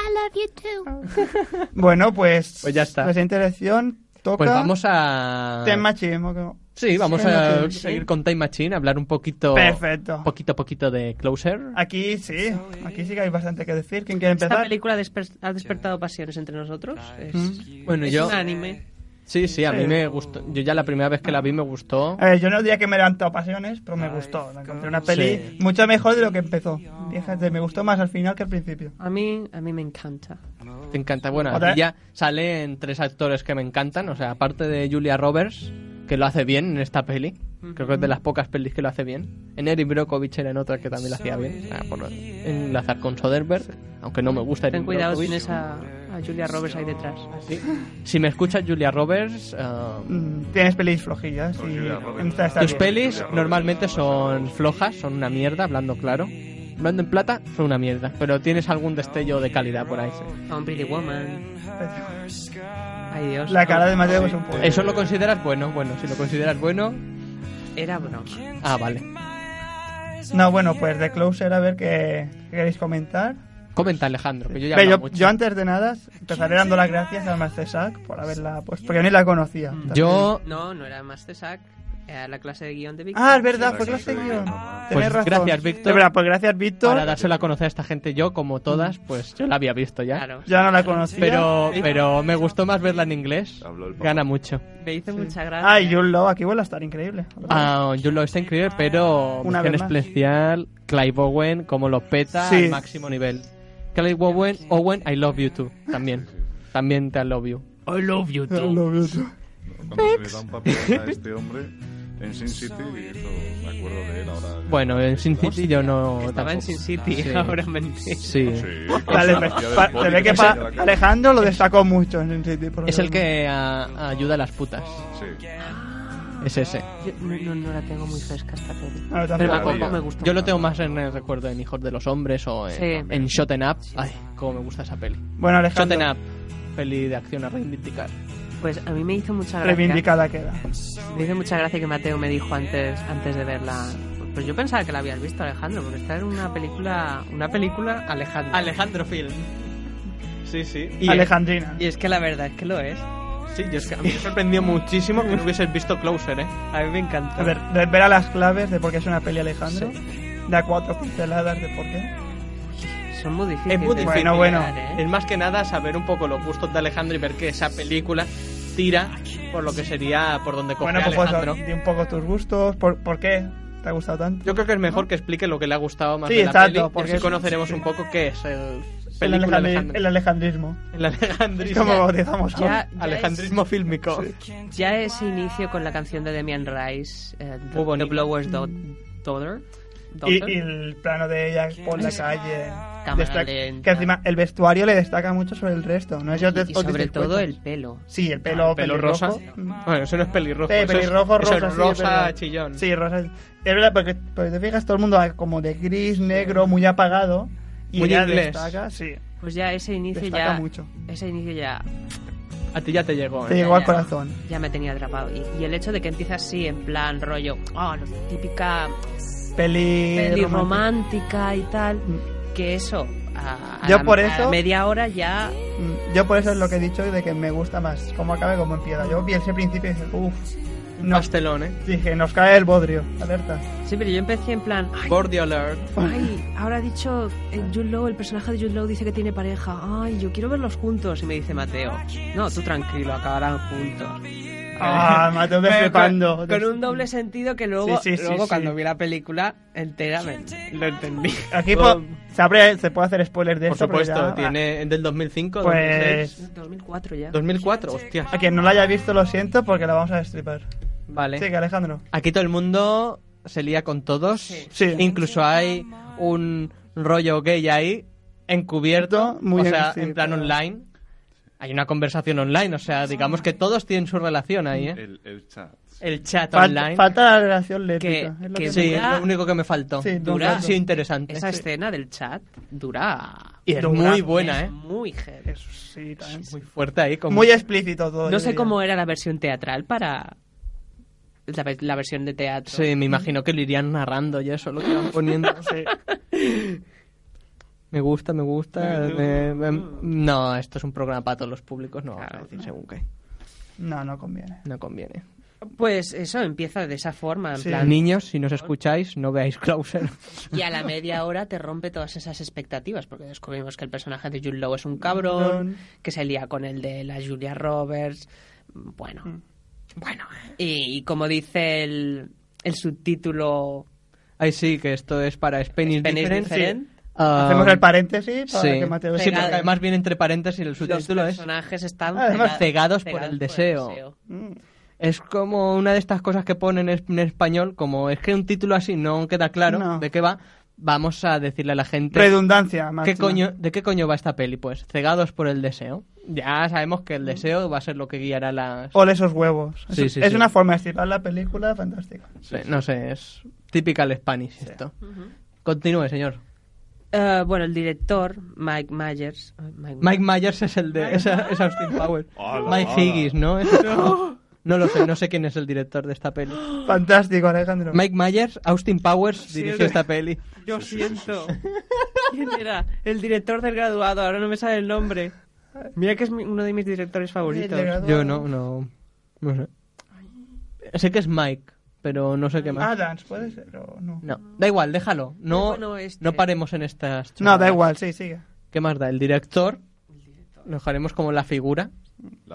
S4: Bueno, pues,
S3: Pues ya está.
S4: La siguiente elección toca
S3: Pues vamos a...
S4: Ten Machismo. que-
S3: Sí, vamos
S4: Time
S3: a
S4: Machine, sí.
S3: seguir con Time Machine, hablar un poquito,
S4: Perfecto.
S3: poquito a poquito de Closer.
S4: Aquí sí, aquí sí que hay bastante que decir. ¿Quién quiere
S7: Esta
S4: empezar?
S7: película desper- ha despertado pasiones entre nosotros. Es,
S3: Bueno,
S7: es
S3: yo,
S7: un anime.
S3: sí, sí, a mí
S4: Sí.
S3: me gustó. Yo ya la primera vez que la vi me gustó.
S4: A ver, yo no diría que me levantó pasiones, pero me gustó. La encontré una peli
S3: Sí.
S4: mucho mejor de lo que empezó. Fíjate, me gustó más al final que al principio.
S7: A mí, a mí me encanta.
S3: Te encanta. Bueno,
S4: Otra-
S3: aquí ya salen tres actores que me encantan. O sea, aparte de Julia Roberts, que lo hace bien en esta peli. Creo que es de las pocas pelis que lo hace bien. En Eric Brockovich era en otra que también lo hacía bien. O sea, por enlazar con Soderbergh, aunque no me gusta Eric
S7: Ten cuidado,
S3: Brockovich.
S7: tienes a, a Julia Roberts ahí detrás.
S4: Ah,
S3: Sí. Si me escuchas Julia Roberts, ah,
S4: Mm, Tienes pelis flojillas
S2: Pues
S4: y
S2: Julia Roberts.
S4: esta está
S3: Tus
S4: bien.
S3: pelis normalmente son flojas, son una mierda, hablando claro. Hablando en plata, son una mierda. Pero tienes algún destello de calidad por ahí.
S7: A un Pretty Woman. Ay, Dios.
S4: La cara de Mateo es un poco.
S3: ¿Eso lo consideras bueno? Bueno, si lo consideras bueno...
S7: Era broma.
S3: Ah, vale.
S4: No, bueno, pues de Closer a ver qué, qué queréis comentar.
S3: Comenta, Alejandro, que Pues yo ya
S4: Ve,
S3: hablo
S4: yo,
S3: mucho.
S4: yo antes de nada empezaré dando las gracias a Master Sack por haberla puesto, porque yo ni la conocía.
S3: Mm. Yo,
S7: No, no era Master Sack. Era la clase de guión de Vicky.
S4: Ah, es verdad,
S2: Sí,
S4: fue
S2: sí, sí.
S4: clase de guión.
S2: Pues
S4: Tenés razón.
S3: gracias, Víctor.
S4: De verdad, pues gracias, Víctor.
S3: para dárselo a conocer a esta gente, yo, como todas, pues yo la había visto ya.
S7: Claro.
S4: Yo no la conocía.
S3: Pero, pero me gustó más verla en inglés.
S2: Habló el papá.
S3: Gana mucho.
S7: Me hizo mucha gracia.
S4: Ay, Yul Love, aquí vuelve a estar increíble.
S3: Ah, yo lo está increíble, pero
S4: Una
S3: en
S4: vez más.
S3: especial Clive Owen como lo peta
S4: Sí.
S3: al máximo nivel. Clive Owen, Owen, I love you too, también. También te I love you. I love you
S2: Cuando se le da un papel a este hombre en Sin City, hizo, me acuerdo de él ahora.
S3: Bueno, en Sin City yo no
S7: Estaba
S3: tampoco.
S7: en Sin City,
S3: Sí.
S7: ahora mentí.
S3: Sí.
S2: Sí,
S4: Vale,
S2: con la
S4: pues,
S2: hostia del
S4: pa-
S2: boli
S4: se ve que
S2: se lleva
S4: pa-
S2: la cara.
S4: Alejandro lo destacó mucho en Sin City. por
S3: Es el
S4: ejemplo.
S3: que a- ayuda a las putas.
S2: Sí.
S3: Es ese.
S7: Yo no, no, no la tengo muy fresca esta
S4: No,
S7: peli.
S4: tampoco.
S3: Pero
S7: tampoco
S2: maravilla.
S7: me gusta.
S3: Yo lo tengo más en el recuerdo en Hijos de los Hombres o en,
S7: Sí.
S3: en Shot 'em Up. Ay, cómo me gusta esa peli.
S4: Bueno,
S3: Shot 'em
S4: Alejandro,
S3: Up, peli de acción a reivindicar.
S7: Pues a mí me hizo mucha gracia.
S4: reivindicada queda.
S7: Me hizo mucha gracia que Mateo me dijo antes, antes de verla. Pues yo pensaba que la habías visto, Alejandro, porque esta era una película. Una película Alejandro.
S3: Alejandro Film. Sí, sí. Y
S4: Alejandrina.
S7: Y es que la verdad es que lo es.
S3: Sí, yo es que a mí me sorprendió muchísimo que no hubieses visto Closer, ¿eh?
S7: A mí me encantó.
S4: A ver, de- ver a las claves de por qué es una peli Alejandro. Da cuatro pinceladas de por qué.
S7: Son muy difíciles.
S3: Es muy
S7: de
S3: difícil.
S4: Bueno, bueno.
S7: explicar, ¿eh?
S3: Es más que nada saber un poco los gustos de Alejandro y ver que esa película tira por lo que sería, por donde coge
S4: Bueno, pues
S3: Alejandro.
S4: pues, di un poco tus gustos. ¿Por, por qué te ha gustado tanto?
S3: Yo creo que es mejor que explique lo que le ha gustado más
S4: Sí,
S3: de la
S4: exacto,
S3: peli,
S4: porque
S3: y así
S4: es-
S3: conoceremos un poco qué es el
S4: el,
S3: película
S4: alejandri-
S3: Alejandro.
S4: el alejandrismo.
S3: El
S4: Es
S3: alejandrismo.
S4: como bautizamos ahora.
S7: Ya, ya
S3: Alejandrismo fílmico.
S7: es- ya ese inicio con la canción de Demian Rice, eh, The,
S3: Muy bonito.
S7: The Blower's Dau- Daughter.
S4: Mm. Y,
S7: Daughter.
S4: y el plano de ella por la calle.
S7: Cámara
S4: Destaca-
S7: lenta.
S4: que encima el vestuario le destaca mucho sobre el resto. ¿no? Es
S7: Y-
S4: Otis-
S7: y
S4: Otis
S7: sobre todo
S4: Cueto.
S7: el pelo.
S4: Sí, el pelo,
S3: Ah, El pelo
S4: pelirrojo.
S3: rosa.
S4: Mm.
S3: Bueno, eso no es pelirrojo.
S4: Sí,
S3: eso es-
S4: pelirrojo,
S3: eso
S4: rosa.
S3: es
S4: sí,
S3: rosa
S4: es verdad.
S3: chillón.
S4: Sí, rosa. Es verdad, porque, porque te fijas, todo el mundo como de gris, negro, muy apagado. Y
S3: Muy
S4: ella
S3: inglés.
S4: destaca, sí.
S7: Pues ya ese inicio
S4: Destaca
S7: ya.
S4: mucho.
S7: Ese inicio ya.
S3: A ti ya te llegó,
S4: Te
S3: ¿eh?
S4: llegó al
S7: ya.
S4: corazón.
S7: Ya me tenía atrapado. Y, y el hecho de que empieza así, en plan rollo. Oh, lo- típica
S4: Peli,
S7: peli
S4: romántica. Mm.
S7: romántica y tal. Que eso. A, a
S4: Yo
S7: la-
S4: por
S7: a
S4: eso-
S7: media hora ya.
S4: Mm, Yo por eso es lo que he dicho de que me gusta más cómo acaba y cómo empieza. Yo vi ese principio y dije, uff, No.
S3: Pastelón, ¿eh?
S4: Dije, nos cae el bodrio. Alerta.
S7: Sí, pero yo empecé en plan. Ay,
S3: Bordy alert.
S7: ay, ahora ha dicho eh, Jude Law, el personaje de Jude Law dice que tiene pareja. Ay, yo quiero verlos juntos. Y me dice Mateo. No, tú tranquilo, acabarán juntos.
S4: Ah, Mateo me
S7: Pero
S4: flipando.
S7: Con, con un doble sentido que luego,
S4: Sí, sí, sí,
S7: luego
S4: sí.
S7: cuando vi la película enteramente lo entendí.
S4: Aquí po- se, abre- se puede hacer spoilers de
S3: Por
S4: esto. pero
S3: supuesto,
S4: ya- Ah.
S3: tiene del 2005,
S4: Pues
S7: 2004 ya.
S3: 2006, 2004, hostias.
S4: a quien no la haya visto lo siento porque la vamos a destripar.
S3: Vale.
S4: Sí, que Alejandro.
S3: Aquí todo el mundo se lía con todos.
S4: Sí.
S3: Incluso hay un rollo gay ahí, encubierto,
S4: Muy
S3: o
S4: bien,
S3: sea,
S4: sí,
S3: en plan
S4: claro.
S3: online. Hay una conversación online, o sea, digamos
S4: Ah.
S3: que todos tienen su relación ahí, ¿eh?
S2: El, el chat.
S3: El chat
S4: Fal-
S3: online.
S4: falta la relación lépica.
S7: Que-
S4: es lo
S7: que
S4: que
S3: Sí,
S4: me-
S7: Dura-
S3: lo único que me faltó.
S4: Sí,
S3: Dura.
S7: dura.
S3: Sí, interesante.
S7: Esa
S3: Sí.
S7: escena del chat dura.
S3: Y es
S4: Dura.
S3: muy buena,
S7: Ah, es
S3: ¿eh?
S7: Muy heavy.
S4: Eso sí, también.
S3: Muy fuerte ahí. Como...
S4: Muy explícito todo. yo
S7: No sé
S4: diría.
S7: cómo era la versión teatral para la, ve- la versión de teatro.
S3: Sí, me imagino que lo irían narrando ya eso, lo que van poniendo.
S4: Sí.
S3: Me gusta, me gusta. me- me- No, esto es un programa para todos los públicos, no,
S7: Claro.
S3: vamos a decir según qué.
S4: No, no conviene.
S3: No conviene.
S7: Pues eso empieza de esa forma, en
S4: Sí.
S7: plan,
S3: Niños, si nos escucháis, no veáis Clauser.
S7: Y a la media hora te rompe todas esas expectativas, porque descubrimos que el personaje de Jude Law es un cabrón,
S4: Cabrón.
S7: que se lía con el de la Julia Roberts. Bueno,
S3: Mm.
S7: bueno. Y, y como dice el, el subtítulo,
S3: Ay, sí, que esto es para Spanish,
S7: Spanish
S3: Different.
S7: Different,
S3: Ah,
S4: Hacemos el paréntesis para
S3: Sí,
S4: que Mateo
S3: Sí,
S4: se-
S3: porque además viene entre paréntesis el
S7: los
S3: subtítulo es
S7: personajes están
S4: Además,
S7: cega-
S3: cegados por el deseo.
S4: Mm.
S3: es como una de estas cosas que ponen es- en español, como es que un título así no queda claro
S4: No.
S3: de qué va, vamos a decirle a la gente
S4: Redundancia,
S3: ¿Qué
S4: máxima.
S3: coño, ¿De qué coño va esta peli? Pues cegados por el deseo. Ya sabemos que el deseo va a ser lo que guiará las...
S4: Ole esos huevos.
S3: Sí,
S4: es
S3: sí,
S4: es
S3: sí.
S4: una forma de estipar la película fantástica.
S3: Eh, no sé, es typical Spanish esto. Continúe, señor.
S7: Eh, bueno, el director, Mike Myers. ay, Mike
S3: Mike Myers es el de... Es, es Austin Powers.
S2: Hola,
S3: Mike
S2: hola.
S3: Higgins, ¿no? Es- No lo sé, no sé quién es el director de esta peli.
S4: Fantástico, Alejandro.
S3: Mike Myers, Austin Powers
S7: es
S3: dirigió
S7: de-
S3: esta peli.
S7: Yo siento. ¿Quién era? El director del graduado, ahora no me sale el nombre. Mira que es mi- uno de mis directores favoritos.
S4: El graduado.
S3: Yo no, no... No sé. Sé que es Mike, pero no
S4: Ah,
S3: sé qué más.
S4: Adams, puede ser o no.
S3: No, da igual, déjalo. No,
S7: bueno este.
S3: no paremos en estas.
S4: No, da
S3: chorradas.
S4: igual, sí, sigue.
S3: ¿Qué más da? El director. Lo dejaremos como la figura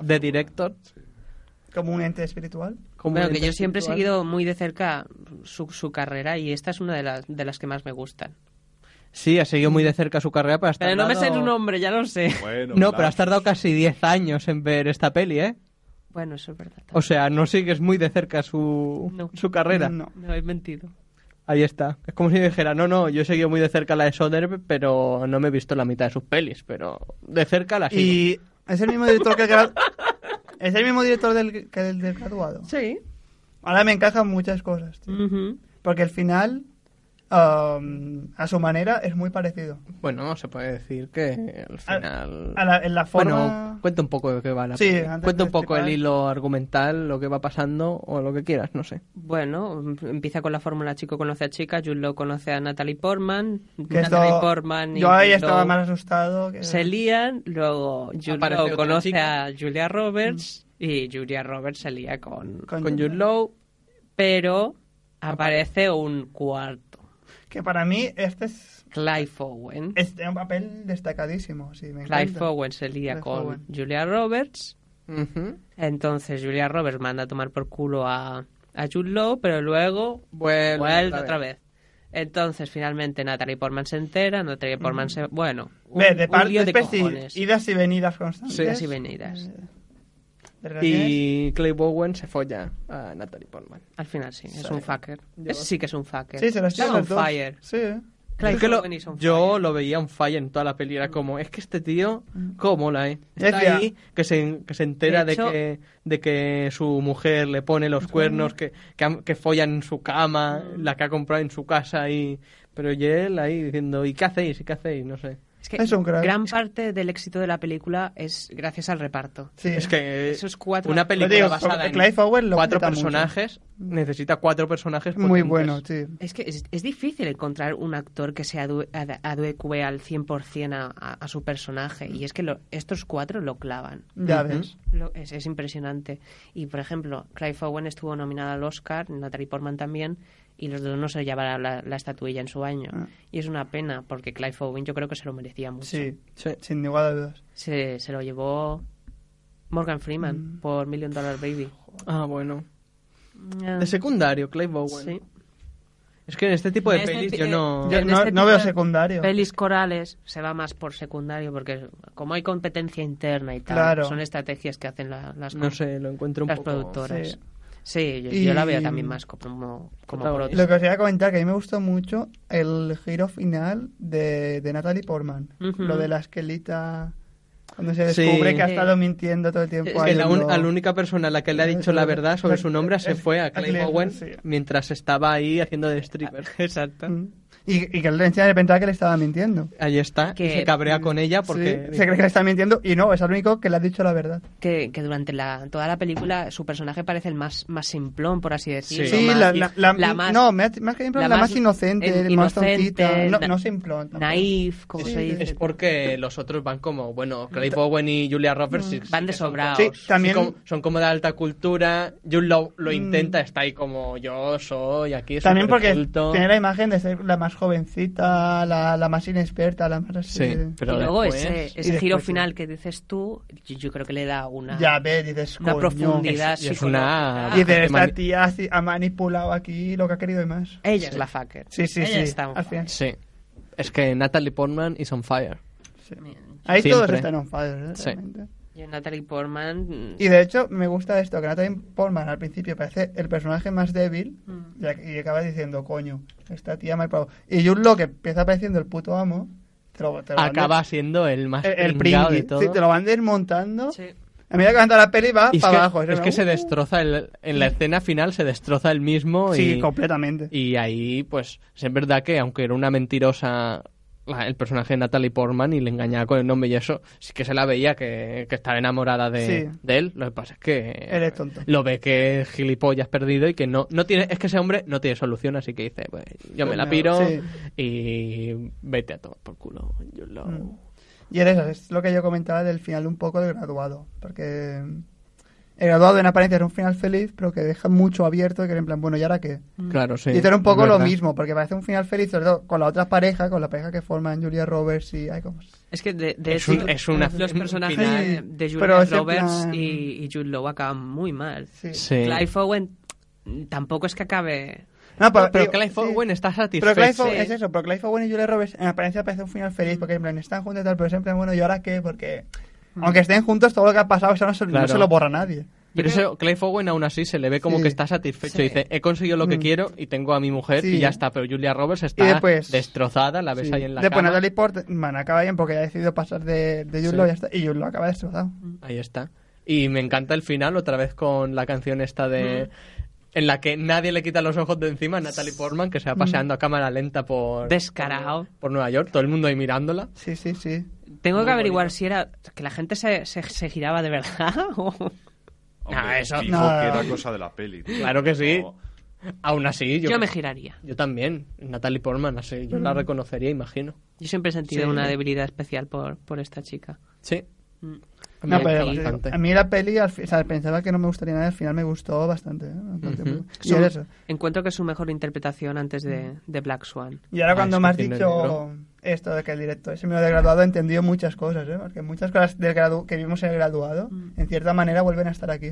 S3: de director.
S4: Como un ente espiritual.
S3: Como
S7: Bueno,
S3: el
S7: que yo siempre he
S3: intelectual.
S7: seguido muy de cerca su, su carrera y esta es una de las, de las que más me gustan.
S3: Sí, ha seguido muy de cerca su carrera, pero has
S7: Pero no me sé
S3: tardado-
S7: su nombre, ya lo sé.
S2: Bueno,
S3: No, pero
S2: Blas.
S3: has tardado casi 10 años en ver esta peli, ¿eh?
S7: Bueno, eso es verdad.
S3: O sea, no sigues muy de cerca su,
S7: No.
S3: su carrera.
S4: No.
S7: me habéis mentido.
S3: Ahí está. Es como si dijera, no, no, yo he seguido muy de cerca la de Soderbergh, pero no me he visto la mitad de sus pelis, pero de cerca la sigo.
S4: Y es el mismo director que el gra- es el mismo director del, que el del graduado.
S7: Sí.
S4: Ahora me encajan muchas cosas,
S7: Mm.
S4: tío. Porque el final, um, a su manera, es muy parecido.
S3: Bueno, se puede decir que al
S4: A-
S3: final...
S4: a la- en la
S3: Bueno,
S4: forma...
S7: pues,
S3: cuenta un poco de qué va la
S4: Sí,
S3: peli.
S4: antes de
S3: Cuenta un poco el
S4: explicar.
S3: hilo argumental, lo que va pasando o lo que quieras, no sé.
S7: Bueno, em- empieza con la fórmula chico conoce a chica, Jude Law conoce a Natalie Portman,
S4: que esto-
S7: Natalie Portman y
S4: yo ahí
S7: Jude
S4: estaba
S7: Law-
S4: más asustado. Que...
S7: se lían, luego Jude
S3: Aparece
S7: Law
S3: otra
S7: conoce
S3: chica.
S7: a Julia Roberts y Julia Roberts se lía con...
S4: Con-
S3: Con Jude Law,
S7: Pero aparece un cuarto,
S4: Que para mí este es,
S7: Clive Owen.
S4: este es un papel destacadísimo. Sí, me encanta.
S7: Clive Owen se lía
S4: Clive
S7: con
S4: Owen.
S7: Julia Roberts.
S3: ujú,
S7: Entonces Julia Roberts manda a tomar por culo a, a Jude Law, pero luego
S3: vuelve,
S7: vuelve otra vez. Entonces, finalmente, Natalie Portman se entera, Natalie Portman se... Bueno, un,
S4: Ve, de
S7: un
S4: par-
S7: lío de
S4: después sí,
S7: cojones.
S4: idas y venidas constantes. Eh,
S3: Sí.
S7: Idas y venidas.
S4: Desgraciadas.
S3: Y Clay Bowen se folla a Natalie Portman.
S7: Al final sí, es
S3: Sabe.
S7: un fucker.
S3: Yo-
S7: Ese sí que es un fucker.
S4: Sí, se las
S7: Está
S4: tiran
S7: on
S4: las dos.
S7: fire.
S4: Sí, eh.
S7: Clive
S3: Es que lo-
S7: Owen is on
S3: yo
S7: fire. Mm.
S3: lo veía un falla en toda la peli. Era como, es que este tío, ¿cómo la eh? Está
S4: Decía-
S3: ahí, que se, que se entera
S7: De
S3: de,
S7: hecho-
S3: que, de que su mujer le pone los cuernos, que, que, han- que follan en su
S7: Mm.
S3: cama, la que ha comprado en su casa. y Pero y él ahí diciendo, ¿y qué hacéis? ¿Y qué hacéis? No sé.
S7: Es que
S4: Es un crack.
S7: gran parte del éxito de la película es gracias al reparto.
S4: Sí.
S3: Es que
S7: Esos cuatro-
S3: Eh, una película
S4: Lo digo,
S3: basada
S4: porque
S3: en
S4: Clive Owen lo
S3: cuatro
S4: peta mucho.
S3: personajes
S7: Mm.
S3: necesita cuatro personajes
S4: Muy
S3: potentes.
S4: bueno, sí.
S7: Es que es, es difícil encontrar un actor que se adue- ad- adecue al 100% a, a- a su personaje. Y es que lo- estos cuatro lo clavan.
S4: Ya
S3: Ujú.
S4: ves.
S7: Lo- es, es impresionante. Y, por ejemplo, Clive Owen estuvo nominada al Oscar, Natalie Portman también, y los dos no se llevaron la, la estatuilla en su año.
S4: Ah.
S7: Y es una pena, porque Clive Owen yo creo que se lo merecía mucho.
S4: Sí,
S3: Sí.
S4: sin igual dudas.
S7: Se, se lo llevó Morgan Freeman
S4: Mm.
S7: por Million Dollar Baby.
S3: Ah, bueno.
S7: Ah,
S3: De secundario, Clive Bowen.
S7: sí.
S3: Es que en este tipo de
S7: Este
S3: pelis
S7: ti-
S3: yo no...
S4: Yo
S7: en
S4: no,
S7: este
S4: no
S7: tipo
S4: veo
S7: de
S4: secundario.
S7: Pelis corales se va más por secundario porque como hay competencia interna y tal,
S4: Claro.
S7: son estrategias que hacen la- las,
S3: No sé, lo encuentro un
S7: este las
S3: poco...
S7: productoras.
S4: Sí.
S7: Sí, yo, yo la veo
S4: Y-
S7: también más como, como
S4: Lo
S3: Protagonista.
S7: prota.
S4: que os iba a comentar, que a mí me gustó mucho el giro final de, de Natalie Portman.
S7: Ujú.
S4: Lo de la esquelita, cuando se
S3: Sí.
S4: descubre que ha
S7: Sí.
S4: estado mintiendo todo el tiempo.
S3: Es que la, un-
S4: habiendo-
S3: a la única persona a la que
S4: Eh,
S3: le ha dicho la verdad sobre su nombre se fue a Clive Owen
S4: Sí.
S3: mientras estaba ahí haciendo de stripper. Exacto.
S4: Mm. Y, y que él encima le pensaba que le estaba mintiendo.
S3: Ahí está.
S7: Que-
S3: Y se cabrea con ella porque...
S4: Sí, se cree que le está mintiendo y no, es el único que le ha dicho la verdad.
S7: Que, que durante la, toda la película su personaje parece el más, más simplón, por así decirlo.
S3: Sí,
S4: Sí,
S7: más-
S4: la, la, la-
S7: más
S4: no, me ha- más que simplón,
S7: la
S4: la, más,
S7: más
S4: inocente,
S7: in-
S4: más
S7: inocente,
S4: tontita. No,
S7: na-
S4: no pues. simplón. tampoco.
S7: naif, como
S4: Sí,
S7: se
S4: sí,
S7: dice.
S3: Es porque los otros van como, bueno, Clive Owen y Julia Roberts sí-
S7: Mm. Van
S3: sí
S7: de
S3: que son
S7: sobraos.
S3: como-
S4: Mm. Sí, también- Mm.
S3: como- son como de alta cultura. Jude Law lo intenta, está ahí como yo soy, aquí es
S4: También porque
S3: superculto.
S4: tiene la imagen de ser la más jovencita, la, la más inexperta, la más...
S3: Sí,
S4: eh,
S3: pero
S7: y luego
S3: después-
S7: ese, ese
S4: Y después,
S7: giro
S4: sí.
S7: final que dices tú, yo, yo creo que le da una,
S4: Ya ves, dices,
S7: una
S4: coño.
S7: profundidad
S3: Es- y es
S7: psicológica.
S3: una-
S4: Y dices,
S3: Ah,
S4: esta
S3: que mani-
S4: tía ha ha manipulado aquí lo que ha querido y más.
S7: Ella es la fucker.
S4: Sí, sí,
S7: Ella
S4: sí.
S7: está un
S4: Al final.
S3: Sí. Es que Natalie Portman is on fire.
S4: Sí. Ahí todos
S3: Siempre.
S4: están on fire, ¿eh?
S3: Sí.
S4: Realmente.
S7: Y Natalie Portman.
S4: Y de hecho, me gusta esto, que Natalie Portman al principio parece el personaje más débil
S7: Mm.
S4: y, ac- y acabas diciendo, coño, esta tía me ha probado. Y Jude Law, que empieza pareciendo el puto amo, te lo, te lo van
S3: Acaba
S4: de-
S3: siendo el más
S4: el, el
S3: pringao
S4: pringui.
S3: de todo.
S4: Sí, te lo van desmontando.
S7: Sí.
S4: A medida que avanza la peli va
S3: Y es
S4: para
S3: que,
S4: abajo.
S3: es que se destroza el- en la escena final se destroza el mismo
S4: Sí,
S3: y,
S4: completamente.
S3: y ahí pues es verdad que aunque era una mentirosa la- el personaje de Natalie Portman y le engañaba con el nombre y eso sí que se la veía que, que estaba enamorada de,
S4: Sí.
S3: de él lo que pasa es que
S4: Eres tonto.
S3: lo ve que es gilipollas perdido y que no no tiene es que ese hombre no tiene solución así que dice pues yo me la
S4: No,
S3: piro
S4: sí.
S3: y vete a tomar por culo yo lo-
S4: Mm. Y era eso, es lo que yo comentaba del final un poco del graduado. Porque el graduado en apariencia es un final feliz, pero que deja mucho abierto y que era en plan, bueno, ¿y ahora qué?
S3: claro sí
S4: mm. y esto era un poco
S3: es
S4: lo
S3: verdad.
S4: mismo, porque parece un final feliz, sobre todo con la otra pareja, con la pareja que forman Julia Roberts y... Ay, ¿cómo se-
S7: Es que de, de
S3: Es
S7: hecho,
S3: un- es una-
S7: los
S3: un
S7: personajes
S4: final.
S7: de
S4: Sí, pero
S7: Julia
S4: ese
S7: Roberts
S4: plan-
S7: y, y Jude Law acaban muy mal.
S4: sí.
S3: sí.
S7: Clive Owen tampoco es que acabe.
S4: No,
S3: pero,
S4: digo,
S3: Clive
S4: sí.
S3: Owen está
S4: Pero
S3: satisfecho
S4: Clive Owen-
S7: Sí.
S4: es eso, pero Clive Owen y Julia Roberts en apariencia parece un final feliz, porque en plan están juntos y tal, pero siempre, bueno, ¿y ahora qué? Porque
S3: Mm.
S4: aunque estén juntos, todo lo que ha pasado eso no se, no
S3: Claro.
S4: se lo borra nadie.
S3: Pero eso, Clive Owen aún así se le ve como
S4: Sí. Mm.
S3: que está satisfecho. Dice, he conseguido lo que quiero y tengo a mi mujer
S4: Sí.
S3: y ya está. Pero Julia Roberts está
S4: Y después-
S3: destrozada, la ves
S4: Sí.
S3: ahí en la
S4: Después
S3: cama.
S4: Natalie Portman acaba bien porque ha decidido pasar de, de Jude
S3: Sí. Mm.
S4: Law y ya está, y Jude Law acaba destrozado.
S3: Ahí está. Y me encanta el final, otra vez con la canción esta de... En la que nadie le quita los ojos de encima a Natalie Portman, que se va paseando a cámara lenta por...
S7: Descarado.
S3: Por, por Nueva York, todo el mundo ahí mirándola.
S4: Sí, sí, sí.
S7: Tengo
S3: Muy
S7: que averiguar
S3: bonito.
S7: si era. que la gente se, se, se giraba de verdad. o-
S2: Hombre,
S3: No, eso-
S2: Dijo
S4: No.
S2: que era cosa de la peli. tío.
S3: Claro que sí.
S2: No.
S3: Aún así, yo...
S7: Yo me giraría.
S3: Yo también. Natalie Portman, así. Yo la reconocería, imagino.
S7: Yo siempre he sentido
S3: Sí.
S7: una debilidad especial por, por esta chica.
S3: Sí. Mm. Me
S4: No, pero
S3: encanta bastante.
S4: a mí la peli, al fi- o sea, pensaba que no me gustaría nada, al final me gustó bastante. ¿eh? Bastante. y,
S7: Su-
S4: era eso.
S7: Encuentro que es su mejor interpretación antes de, de Black Swan.
S4: Y ahora
S3: Ah,
S4: cuando
S3: es
S4: me has
S3: que tiene
S4: dicho
S3: negro.
S4: esto de que el director ese mío de graduado entendió muchas cosas, ¿eh? porque muchas cosas del gradu- que vimos en el graduado,
S3: Mm.
S4: en cierta manera vuelven a estar aquí.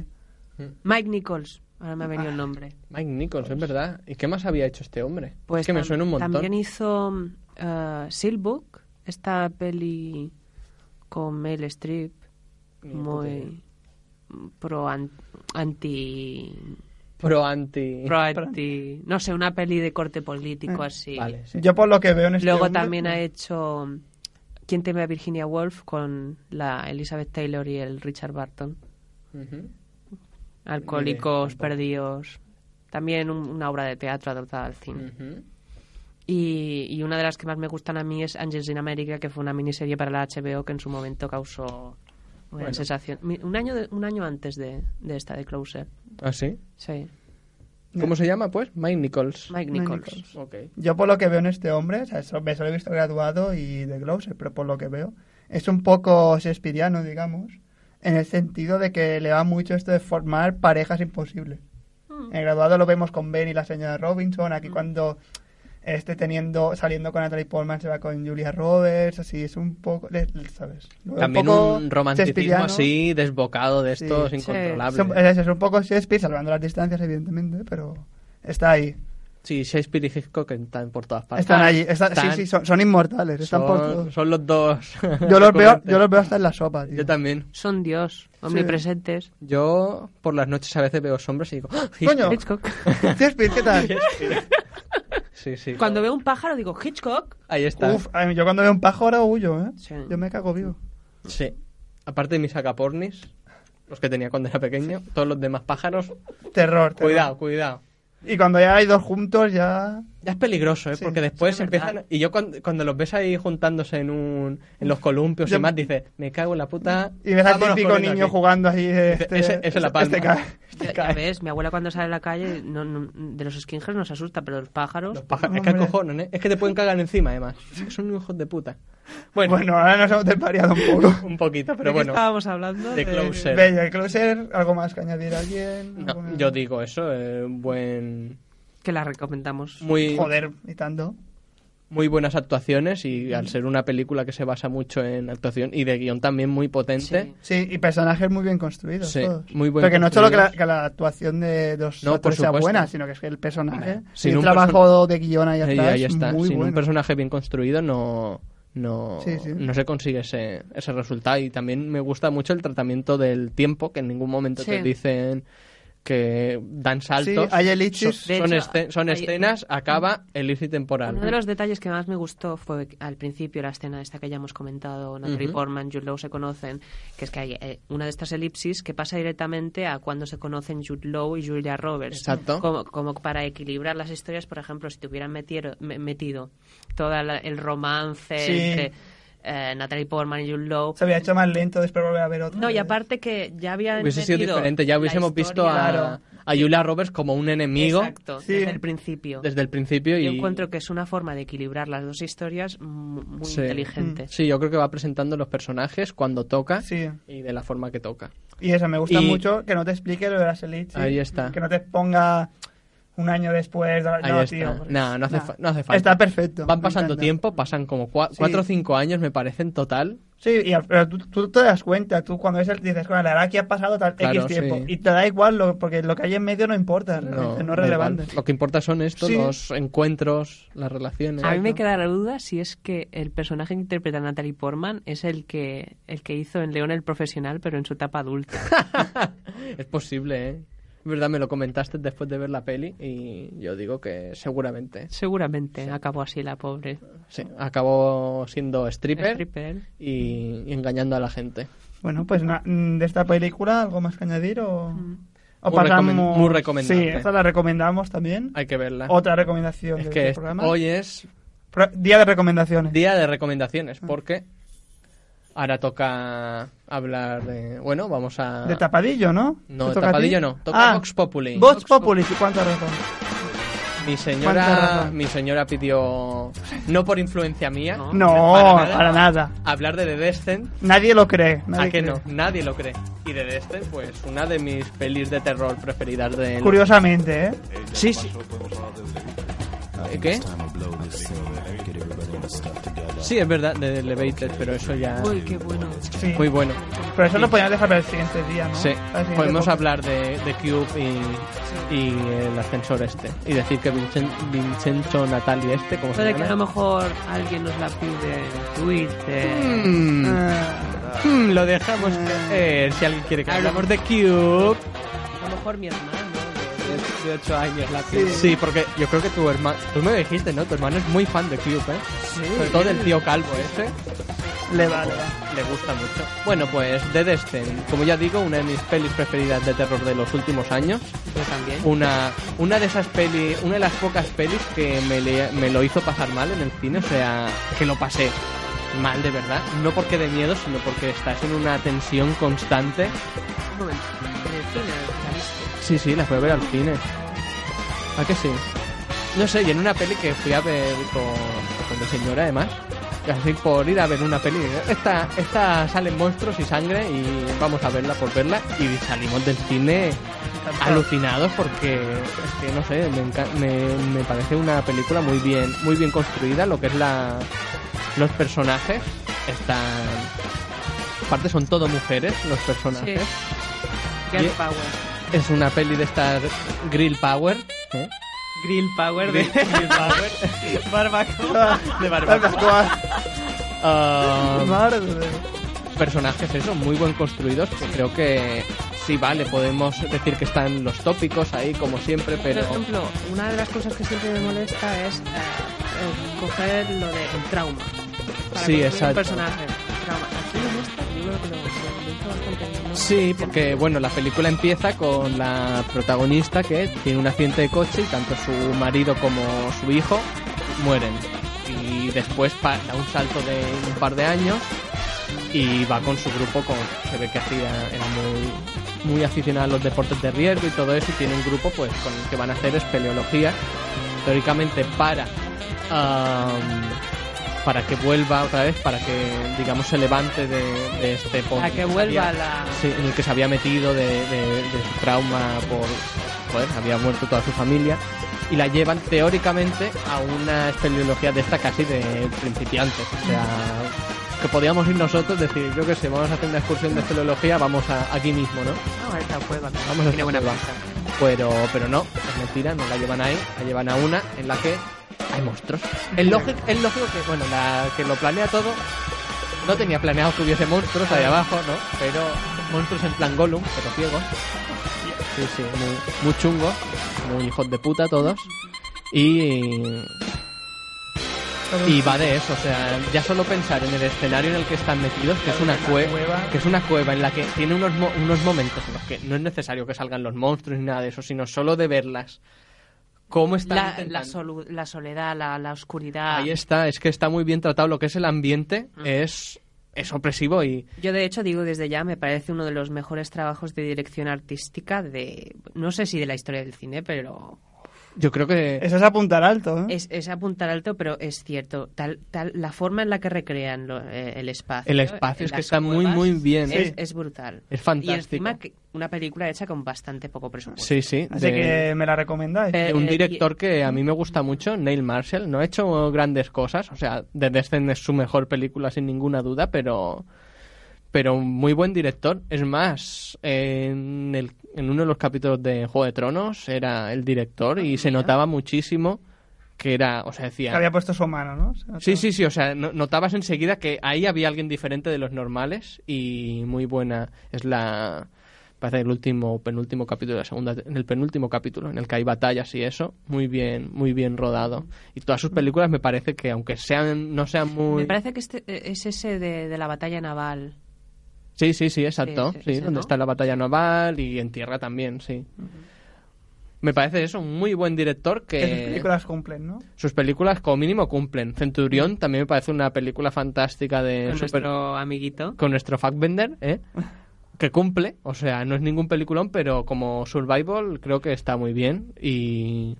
S7: Mike Nichols, ahora me ha venido el nombre.
S3: Mike Nichols, Ah. es verdad. ¿Y qué más había hecho este hombre?
S7: Pues
S3: es que me
S7: tam-
S3: suena un montón.
S7: También hizo uh, Silkbook, esta peli con Mel Strip, muy pro an- anti,
S3: Pro anti.
S7: pro anti, no sé, una peli de corte político así.
S3: Ah. Vale, sí.
S4: Yo por lo que veo en este
S7: Luego
S4: hombre-
S7: también ha hecho ¿Quién teme a Virginia Woolf con la Elizabeth Taylor y el Richard Barton?
S3: Ujú.
S4: Mm.
S7: Alcohólicos perdidos. También un- una obra de teatro adaptada al cine.
S3: Ujú.
S7: Y, y una de las que más me gustan a mí es Angels in America, que fue una miniserie para la HBO que en su momento causó una
S4: Bueno.
S7: sensación. Mi- Un año, de- un año antes de, de esta, de Closer.
S3: ¿Ah, sí?
S7: Sí.
S3: ¿Cómo se llama, pues? Mike Nichols.
S7: Mike
S4: Mike
S7: Nichols.
S4: Nichols.
S3: Ok.
S4: Yo por lo que veo en este hombre, o sea, eso- me solo he visto graduado y de Gloucester, pero por lo que veo, es un poco shakespeariano, digamos, en el sentido de que le va mucho esto de formar parejas imposibles.
S7: Hmm.
S4: En el graduado lo vemos con Ben y la señora Robinson, aquí cuando este teniendo, saliendo con Natalie Portman se va con Julia Roberts, así es un poco, le- ¿sabes? Lo veo
S3: También
S4: poco
S3: un romanticismo
S4: shakespeariano.
S3: así, desbocado de
S4: Sí.
S3: estos,
S4: Sí. Es un,
S3: incontrolables.
S4: es, es un poco Shakespeare, salvando las distancias, evidentemente, pero está ahí.
S3: Sí, Shakespeare y Hitchcock están por todas partes.
S4: Están allí, está- sí,
S3: Están-
S4: sí, son, son inmortales, están por
S3: son,
S4: todos.
S3: son los dos.
S4: Yo los veo,
S3: recurrentes.
S4: yo los veo hasta en la sopa, tío.
S3: Yo también.
S7: Son Dios, omnipresentes.
S3: Yo por las noches a veces veo sombras y digo... ¡Ah,
S4: Coño.
S3: Hitchcock!
S7: Hitchcock.
S4: Shakespeare, ¿qué tal?
S3: Sí, sí.
S7: Cuando veo un pájaro digo, Hitchcock.
S3: Ahí está.
S4: Uf, ay, yo cuando veo un pájaro huyo, ¿eh?
S7: Sí.
S4: Yo me cago vivo.
S3: Sí. Aparte de mis acapornis, los que tenía cuando era pequeño, todos los demás pájaros...
S4: Terror, terror.
S3: Cuidado, cuidado.
S4: Y cuando ya hay dos juntos, ya.
S3: Ya es peligroso, ¿eh?
S4: Sí,
S3: Porque después empiezan... Y yo cuando, cuando los ves ahí juntándose en un... En los columpios
S4: Yo-
S3: y más, dices... Me cago en la puta...
S4: Y ves al
S3: vámonos
S4: típico
S3: corriendo
S4: niño
S3: aquí".
S4: jugando ahí. Este,
S3: ese- ese la palma.
S4: Este cae.
S7: Ya,
S4: Este
S7: ya
S4: cae.
S7: ves, mi abuela cuando sale a la calle, no- no- de los skinheads nos asusta, pero los pájaros...
S3: Los pájaros, es que
S4: Hombre.
S3: acojonan, ¿eh? Es que te pueden cagar encima, además. Es que son unos hijos de puta. Bueno,
S4: Bueno, ahora nos hemos desvariado un poco.
S3: un poquito, pero
S7: ¿De qué
S3: bueno.
S7: estábamos hablando?
S3: de Closer.
S4: Bello, el closer, algo más que añadir a alguien.
S3: No,
S4: ¿Alguna-
S3: yo digo eso, eh, buen,
S7: Que la recomendamos.
S3: muy,
S4: Joder, y tanto.
S3: muy buenas actuaciones y al ser una película que se basa mucho en actuación y de guión también muy potente.
S7: Sí.
S4: Sí, y personajes muy bien construidos.
S3: Sí,
S4: todos.
S3: muy bien
S4: Porque no es solo que la,
S3: construidos.
S4: que la actuación de los
S3: No, por
S4: actores sea
S3: supuesto.
S4: buena, sino que es que el personaje.
S3: Hombre, sin
S4: y el
S3: un
S4: trabajo de guion ahí
S3: Ahí,
S4: atrás
S3: ahí está.
S4: es muy
S3: Sin
S4: bueno.
S3: un personaje bien construido no, no,
S4: Sí, sí.
S3: no se consigue ese, ese resultado. Y también me gusta mucho el tratamiento del tiempo, que en ningún momento
S7: Sí.
S3: te dicen que dan saltos.
S4: Sí, hay elipsis.
S3: Son,
S7: De
S3: son
S7: hecho,
S3: esce- son
S7: hay-
S3: escenas, acaba el ipsi temporal.
S7: Uno de los detalles que más me gustó fue que al principio la escena esta que ya hemos comentado, Natalie Portman, Jude Law se conocen, que es que hay eh, una de estas elipsis que pasa directamente a cuando se conocen Jude Law y Julia Roberts.
S3: Exacto.
S7: Como, como para equilibrar las historias, por ejemplo, si te hubieran metiero- me- metido todo el romance
S4: Sí.
S7: entre eh, Natalie Portman y Jude Law.
S4: Se había hecho más lento, después volver a ver otro.
S7: No, y aparte que ya habían
S3: Hubiese sido
S7: metido
S3: diferente, ya
S7: la
S3: hubiésemos visto a,
S7: historia-
S3: a Julia Roberts como un enemigo
S7: Exacto,
S4: Sí.
S7: desde el principio.
S3: desde el principio.
S7: Yo
S3: y
S7: encuentro que es una forma de equilibrar las dos historias mu- muy
S3: Sí. Mm,
S7: inteligente.
S3: Sí, yo creo que va presentando los personajes cuando toca
S4: Sí.
S3: y de la forma que toca.
S4: Y eso, me gusta
S3: Y-
S4: mucho que no te explique lo de las elites.
S3: Ahí está.
S4: Que no te ponga un año después. Pues No,
S3: Ahí está.
S4: tío. porque-
S3: Nah, no hace
S4: nah.
S3: fa- no hace falta.
S4: Está perfecto.
S3: Van
S4: me
S3: pasando
S4: encanta.
S3: tiempo, pasan como cua-
S4: Sí.
S3: cuatro o cinco años, me parece, en total.
S4: Sí, y al- pero tú, tú te das cuenta. Tú cuando ves el dices, bueno, la verdad que ha pasado tal
S3: Claro,
S4: X tiempo.
S3: sí.
S4: Y te da igual, lo, porque lo que hay en medio no importa. realmente, no
S3: da
S4: es relevante.
S3: igual. Lo que importa son estos,
S4: Sí.
S3: los encuentros, las relaciones.
S7: A mí me queda la duda si es que el personaje que interpreta a Natalie Portman es el que, el que hizo en León el Profesional, pero en su etapa adulta.
S3: es posible, ¿eh? Es verdad, me lo comentaste después de ver la peli y yo digo que seguramente.
S7: Seguramente acabó así la pobre
S3: Sí, acabó siendo stripper,
S7: stripper.
S3: Y, y engañando a la gente.
S4: Bueno, pues na- mm, de esta película, ¿algo más que añadir? O, o
S3: Mm. Muy
S4: pasamos.
S3: recomen- muy recomendable.
S4: Sí, esta la recomendamos también.
S3: Hay que verla.
S4: Otra recomendación
S3: es
S4: de
S3: que
S4: este
S3: es-
S4: programa.
S3: hoy es
S4: Pro- Día de recomendaciones.
S3: día de recomendaciones
S4: Ah.
S3: porque ahora toca hablar de... Bueno, vamos a...
S4: De tapadillo, ¿no?
S3: No,
S4: ¿Te toca a
S3: de
S4: ti? Ah.
S3: tapadillo no, toca Vox Populi.
S4: Vox Populi, ¿y cuánto razón?
S3: Mi
S4: ¿Cuánta
S3: señora,
S4: razón?
S3: mi señora pidió, no por influencia mía,
S7: No.
S4: No,
S3: Para
S4: para
S3: nada.
S4: nada.
S3: hablar de The Descent.
S4: Nadie lo cree. nadie
S3: ¿A que
S4: cree.
S3: no? Nadie lo cree. Y The Descent, pues una de mis pelis de terror preferidas de...
S4: Curiosamente, ¿eh?
S3: Sí, sí. ¿Eh, ¿Qué? Sí, es verdad, de Elevated, pero eso ya...
S7: Uy, qué bueno.
S4: Sí.
S3: Muy bueno.
S4: Pero eso lo podíamos dejar para el siguiente día, ¿no?
S3: Sí,
S4: Para el siguiente
S3: podemos
S4: podcast.
S3: hablar de, de Cube y, y el ascensor este. Y decir que Vincen- Vincenzo Natali este, como se
S7: Puede que a lo
S3: llama.
S7: mejor alguien nos la pide en Twitter.
S3: Mm,
S4: Ah,
S3: mm, lo dejamos caer si alguien quiere que hablamos de Cube.
S7: A lo mejor mi hermano.
S3: 18 años la Cube. Sí, porque yo creo que tu hermano, tú me dijiste, ¿no? Tu hermano es muy fan de Cube, ¿eh? Sobre todo del tío calvo este.
S4: Le va, le va.
S3: Le gusta mucho. Bueno, pues Dead Descent, como ya digo, una de mis pelis preferidas de terror de los últimos años.
S7: Yo también.
S3: Una, una de esas pelis, una de las pocas pelis que me, le- me lo hizo pasar mal en el cine, o sea, que lo pasé mal de verdad. No porque de miedo, sino porque estás en una tensión constante.
S7: Un momento. En el cine, ¿la viste?
S3: Sí, sí, la fui a ver al cine. ¿A que sí? No sé, y en una peli que fui a ver con, con mi señora, además. Y Así por ir a ver una peli. Esta, esta salen monstruos y sangre y vamos a verla por verla. Y salimos del cine
S4: Ah,
S3: alucinados porque es que no sé, me, enca- me, me parece una película muy bien, muy bien construida. Lo que es la, los personajes están. Aparte son todo mujeres los personajes.
S7: Girl
S3: Ye-
S7: Power.
S3: Es una peli de estas Grill Power. ¿eh?
S7: Grill Power de...
S3: barbacoa. De barbacoa. Ah,
S4: Madre de Dios.
S3: personajes, eso, muy buen construidos. Que creo que sí, vale, podemos decir que están los tópicos ahí, como siempre, pero.
S7: Por ejemplo, una de las cosas que siempre me molesta es eh, eh, coger lo del trauma. Para
S3: Sí,
S7: construir
S3: exacto.
S7: Un personaje. Trauma. Aquí en esta, yo creo que lo, lo hizo bastante bien, ¿no?
S3: Sí, porque bueno, la película empieza con la protagonista que tiene un accidente de coche y tanto su marido como su hijo mueren. Y después pa- da un salto de un par de años y va con su grupo, con, se ve que hacía, era muy, muy aficionado a los deportes de riesgo y todo eso, y tiene un grupo pues con el que van a hacer espeleología, teóricamente para... am, para que vuelva otra vez, para que, digamos, se levante de, de este pozo.
S7: Para que vuelva la...
S3: Sí, en el que se había metido de, de- de su trauma por... Joder, había muerto toda su familia. Y la llevan teóricamente a una espeleología de esta casi de principiantes. O sea, que podíamos ir nosotros, decir, yo qué sé, vamos a hacer una excursión de espeleología, vamos a, aquí mismo, ¿no?
S7: No, a esta cueva. que
S3: Vamos a
S7: tiene
S3: esta
S7: buena
S3: cueva.
S7: pinta.
S3: Pero, pero no, es mentira, no la llevan ahí, la llevan a una en la que hay monstruos. Es lógico, es lógico que, bueno, la que lo planea todo, no tenía planeado que hubiese monstruos ahí abajo, ¿no? Pero monstruos en plan Gollum, pero ciegos. Sí, sí, muy, muy chungos, muy hijos de puta todos. Y y va de eso, o sea, ya solo pensar en el escenario en el que están metidos, que es una cueva, que es una cueva en la que tiene unos, mo- unos momentos en los que no es necesario que salgan los monstruos ni nada de eso, sino solo de verlas. ¿Cómo están
S7: La,
S3: intentando-
S7: la, solu- la soledad, la, la oscuridad.
S3: Ahí está, es que está muy bien tratado lo que es el ambiente,
S7: Mm.
S3: es, es opresivo y
S7: Yo de hecho digo desde ya, me parece uno de los mejores trabajos de dirección artística de, no sé si de la historia del cine, pero
S3: yo creo que
S4: Eso es apuntar alto, ¿eh?
S7: es, es apuntar alto, pero es cierto, tal, tal, la forma en la que recrean lo- eh, el espacio.
S3: El espacio es
S7: en
S3: que
S7: las
S3: está muy,
S7: cuevas,
S3: muy bien.
S7: Es,
S3: Sí.
S7: es brutal.
S3: Es fantástico.
S7: Y encima que- una película hecha con bastante poco presupuesto.
S3: sí, sí,
S4: Así
S3: de-
S4: que me la recomendáis.
S7: Pero-
S3: de un
S7: Eh,
S3: director que a mí me gusta mucho, Neil Marshall. No ha hecho grandes cosas, o sea, The Descent es su mejor película sin ninguna duda, pero pero un muy buen director. Es más, en, el- en uno de los capítulos de Juego de Tronos era el
S7: Ah,
S3: director y se notaba muchísimo que era, o sea,
S4: que
S3: decía...
S4: había puesto su mano, ¿no? O sea,
S3: Sí,
S4: todo.
S3: sí, sí, o sea, no- notabas enseguida que ahí había alguien diferente de los normales y muy buena es la parece el último penúltimo capítulo de la segunda en el penúltimo capítulo en el que hay batallas y eso, muy bien, muy bien rodado. Y todas sus películas me parece que aunque sean no sean muy
S7: Me parece que este, eh, es ese de, de la batalla naval.
S3: Sí, sí, sí, exacto.
S7: Sí,
S3: Sí,
S7: sí, sí,
S3: donde
S7: ¿no?
S3: está la batalla naval y en tierra también, sí. Me parece eso un muy buen director
S4: Que sus
S3: que
S4: películas cumplen, ¿no?
S3: sus películas como mínimo cumplen. Centurión también me parece una película fantástica de
S7: con
S3: super-
S7: nuestro amiguito.
S3: con nuestro Fackbender, ¿eh? que cumple, o sea, no es ningún peliculón, pero como survival creo que está muy bien y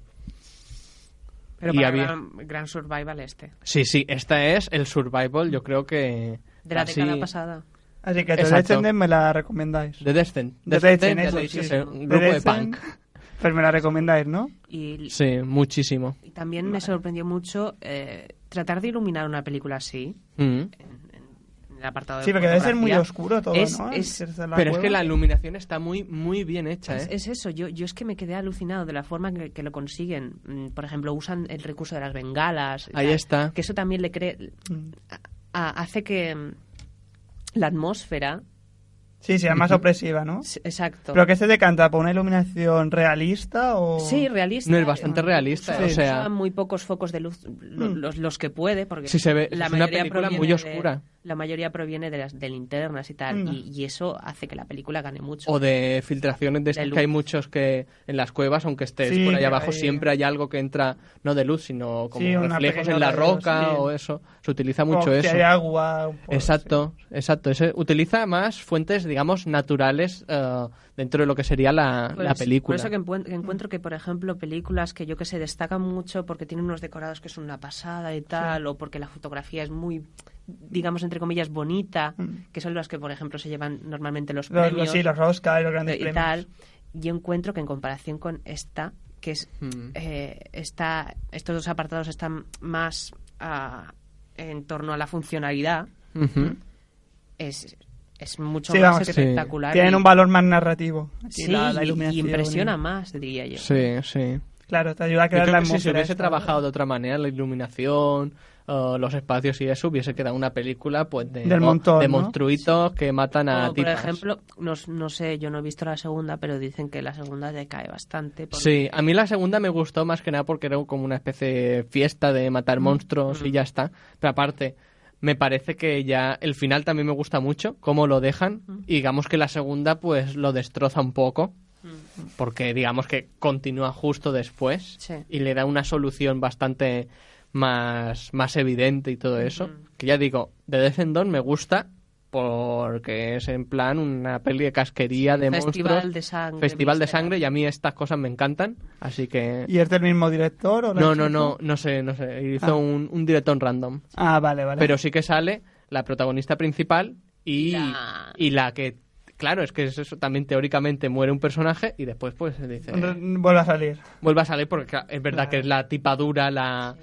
S7: Pero
S3: y
S7: para
S3: había-
S7: gran, gran survival este.
S3: sí, sí, esta es el survival, yo creo que
S7: De la
S3: así-
S7: década pasada.
S4: Así que
S3: Exacto.
S4: The Descendant me la recomendáis.
S3: The Descent,
S4: The Descent,
S3: ya
S4: eso,
S3: te he dicho,
S4: sí.
S3: es un
S4: The
S3: grupo de
S4: Descent.
S3: punk.
S4: Pues me la recomendáis, ¿no?
S7: Y
S3: Sí, muchísimo.
S7: Y también me sorprendió mucho eh, tratar de iluminar una película así,
S3: Mm.
S7: en el apartado de
S4: Sí, porque debe ser muy
S7: fotografía.
S4: oscuro todo,
S7: Es-
S4: ¿no?
S7: es-
S4: Irse a
S3: Pero es que
S4: cueva.
S3: la iluminación está muy muy bien hecha,
S7: es,
S3: ¿eh?
S7: es eso, yo, yo es que me quedé alucinado de la forma que, que lo consiguen. Mm, Por ejemplo, usan el recurso de las bengalas.
S3: Ahí
S7: tal,
S3: está.
S7: Que eso también le cree,
S4: Mm.
S7: a- hace que mm, la atmósfera...
S4: Sí, sea más opresiva, ¿no?
S7: s- Exacto.
S4: Pero que se decanta por una iluminación realista o...
S7: Sí, realista. Ah,
S3: No, es bastante realista,
S7: Usa-
S3: o sea- Mm.
S7: usa muy pocos focos de luz, lo- los, los que puede, porque
S3: Sí, se ve,
S7: la
S3: es una
S7: mayoría
S3: película
S7: proviene
S3: muy
S7: de-
S3: oscura.
S7: la mayoría proviene de las de linternas y tal.
S4: Mm.
S7: Y, y eso hace que la película gane mucho.
S3: O de filtraciones de estas
S7: De
S3: que hay
S7: luz.
S3: muchos que en las cuevas, aunque estés
S4: Sí,
S3: por
S4: que
S3: ahí abajo,
S4: hay-
S3: siempre hay algo que entra, no de luz, sino como
S4: Sí, una
S3: reflejos
S4: pequeña
S3: en la
S4: otra luz,
S3: roca
S4: sí.
S3: o eso. Se utiliza mucho
S4: O que
S3: eso.
S4: hay agua. un poco,
S3: Exacto, exacto. Ese- utiliza más fuentes, digamos, naturales eh, dentro de lo que sería
S4: Ah,
S3: la,
S7: Por
S3: la
S7: eso-
S3: película.
S7: Pues, Por eso que encuent- que encuentro que, por ejemplo, películas que yo que sé destacan mucho porque tienen unos decorados que son una pasada y tal, o porque la fotografía es muy, digamos, entre comillas, bonita,
S4: Mm.
S7: que son las que, por ejemplo, se llevan normalmente los
S4: sí. Los,
S7: premios
S4: los, sí, los Oscar, los grandes
S7: y
S4: premios.
S7: tal. Yo encuentro que en comparación con esta, que es
S3: Mm.
S7: eh, está, estos dos apartados están más ah, en torno a la funcionalidad,
S3: Ujú.
S7: es, es mucho
S4: Sí,
S7: más
S4: vamos, que sí.
S7: espectacular.
S4: Tienen
S7: y-
S4: un valor más narrativo. Aquí
S7: Sí,
S4: la,
S7: y-
S4: la
S7: y
S4: iluminación
S7: impresiona
S4: y-
S7: más, diría yo.
S3: Sí, sí.
S4: Claro, te ayuda a
S3: Yo
S4: crear
S3: creo
S4: la
S3: que si se
S4: atmósfera
S3: hubiese
S4: esta,
S3: trabajado de otra manera, la iluminación, eh, los espacios y eso, hubiese quedado una película pues de,
S4: Del
S3: mo-
S4: montón,
S3: de
S4: ¿no?
S3: monstruitos que matan a
S7: Como, por
S3: tipas.
S7: ejemplo, no, no sé, yo no he visto la segunda, pero dicen que la segunda decae bastante. porque-
S3: Sí, a mí la segunda me gustó más que nada porque era como una especie de fiesta de
S7: Mm,
S3: matar monstruos y ya está. Pero aparte, me parece que ya el final también me gusta mucho, cómo lo dejan.
S7: Mm.
S3: Y digamos que la segunda pues lo destroza un poco. Porque digamos que continúa justo después
S7: Mm, Sí.
S3: y le da una solución bastante más, más evidente y todo
S7: Mm.
S3: eso. Que ya digo, The Descendón me gusta porque es en plan una peli de casquería de
S7: Festival
S3: monstruos.
S7: de sangre,
S3: Festival de
S7: vísceras.
S3: sangre y a mí estas cosas me encantan, así que...
S4: ¿Y es del mismo director? O lo
S3: No,
S4: has
S3: no,
S4: hecho
S3: no,
S4: tú?
S3: no sé, no sé. Hizo
S4: Ah.
S3: un, un director random.
S4: Ah, vale, vale.
S3: Pero sí que sale la protagonista principal y
S7: La-
S3: y la que... Claro, es que es eso, también teóricamente muere un personaje y después pues se dice...
S4: Re- Vuelve a salir.
S3: Vuelve a salir porque claro, es verdad
S4: Claro.
S3: que es la tipa dura, la...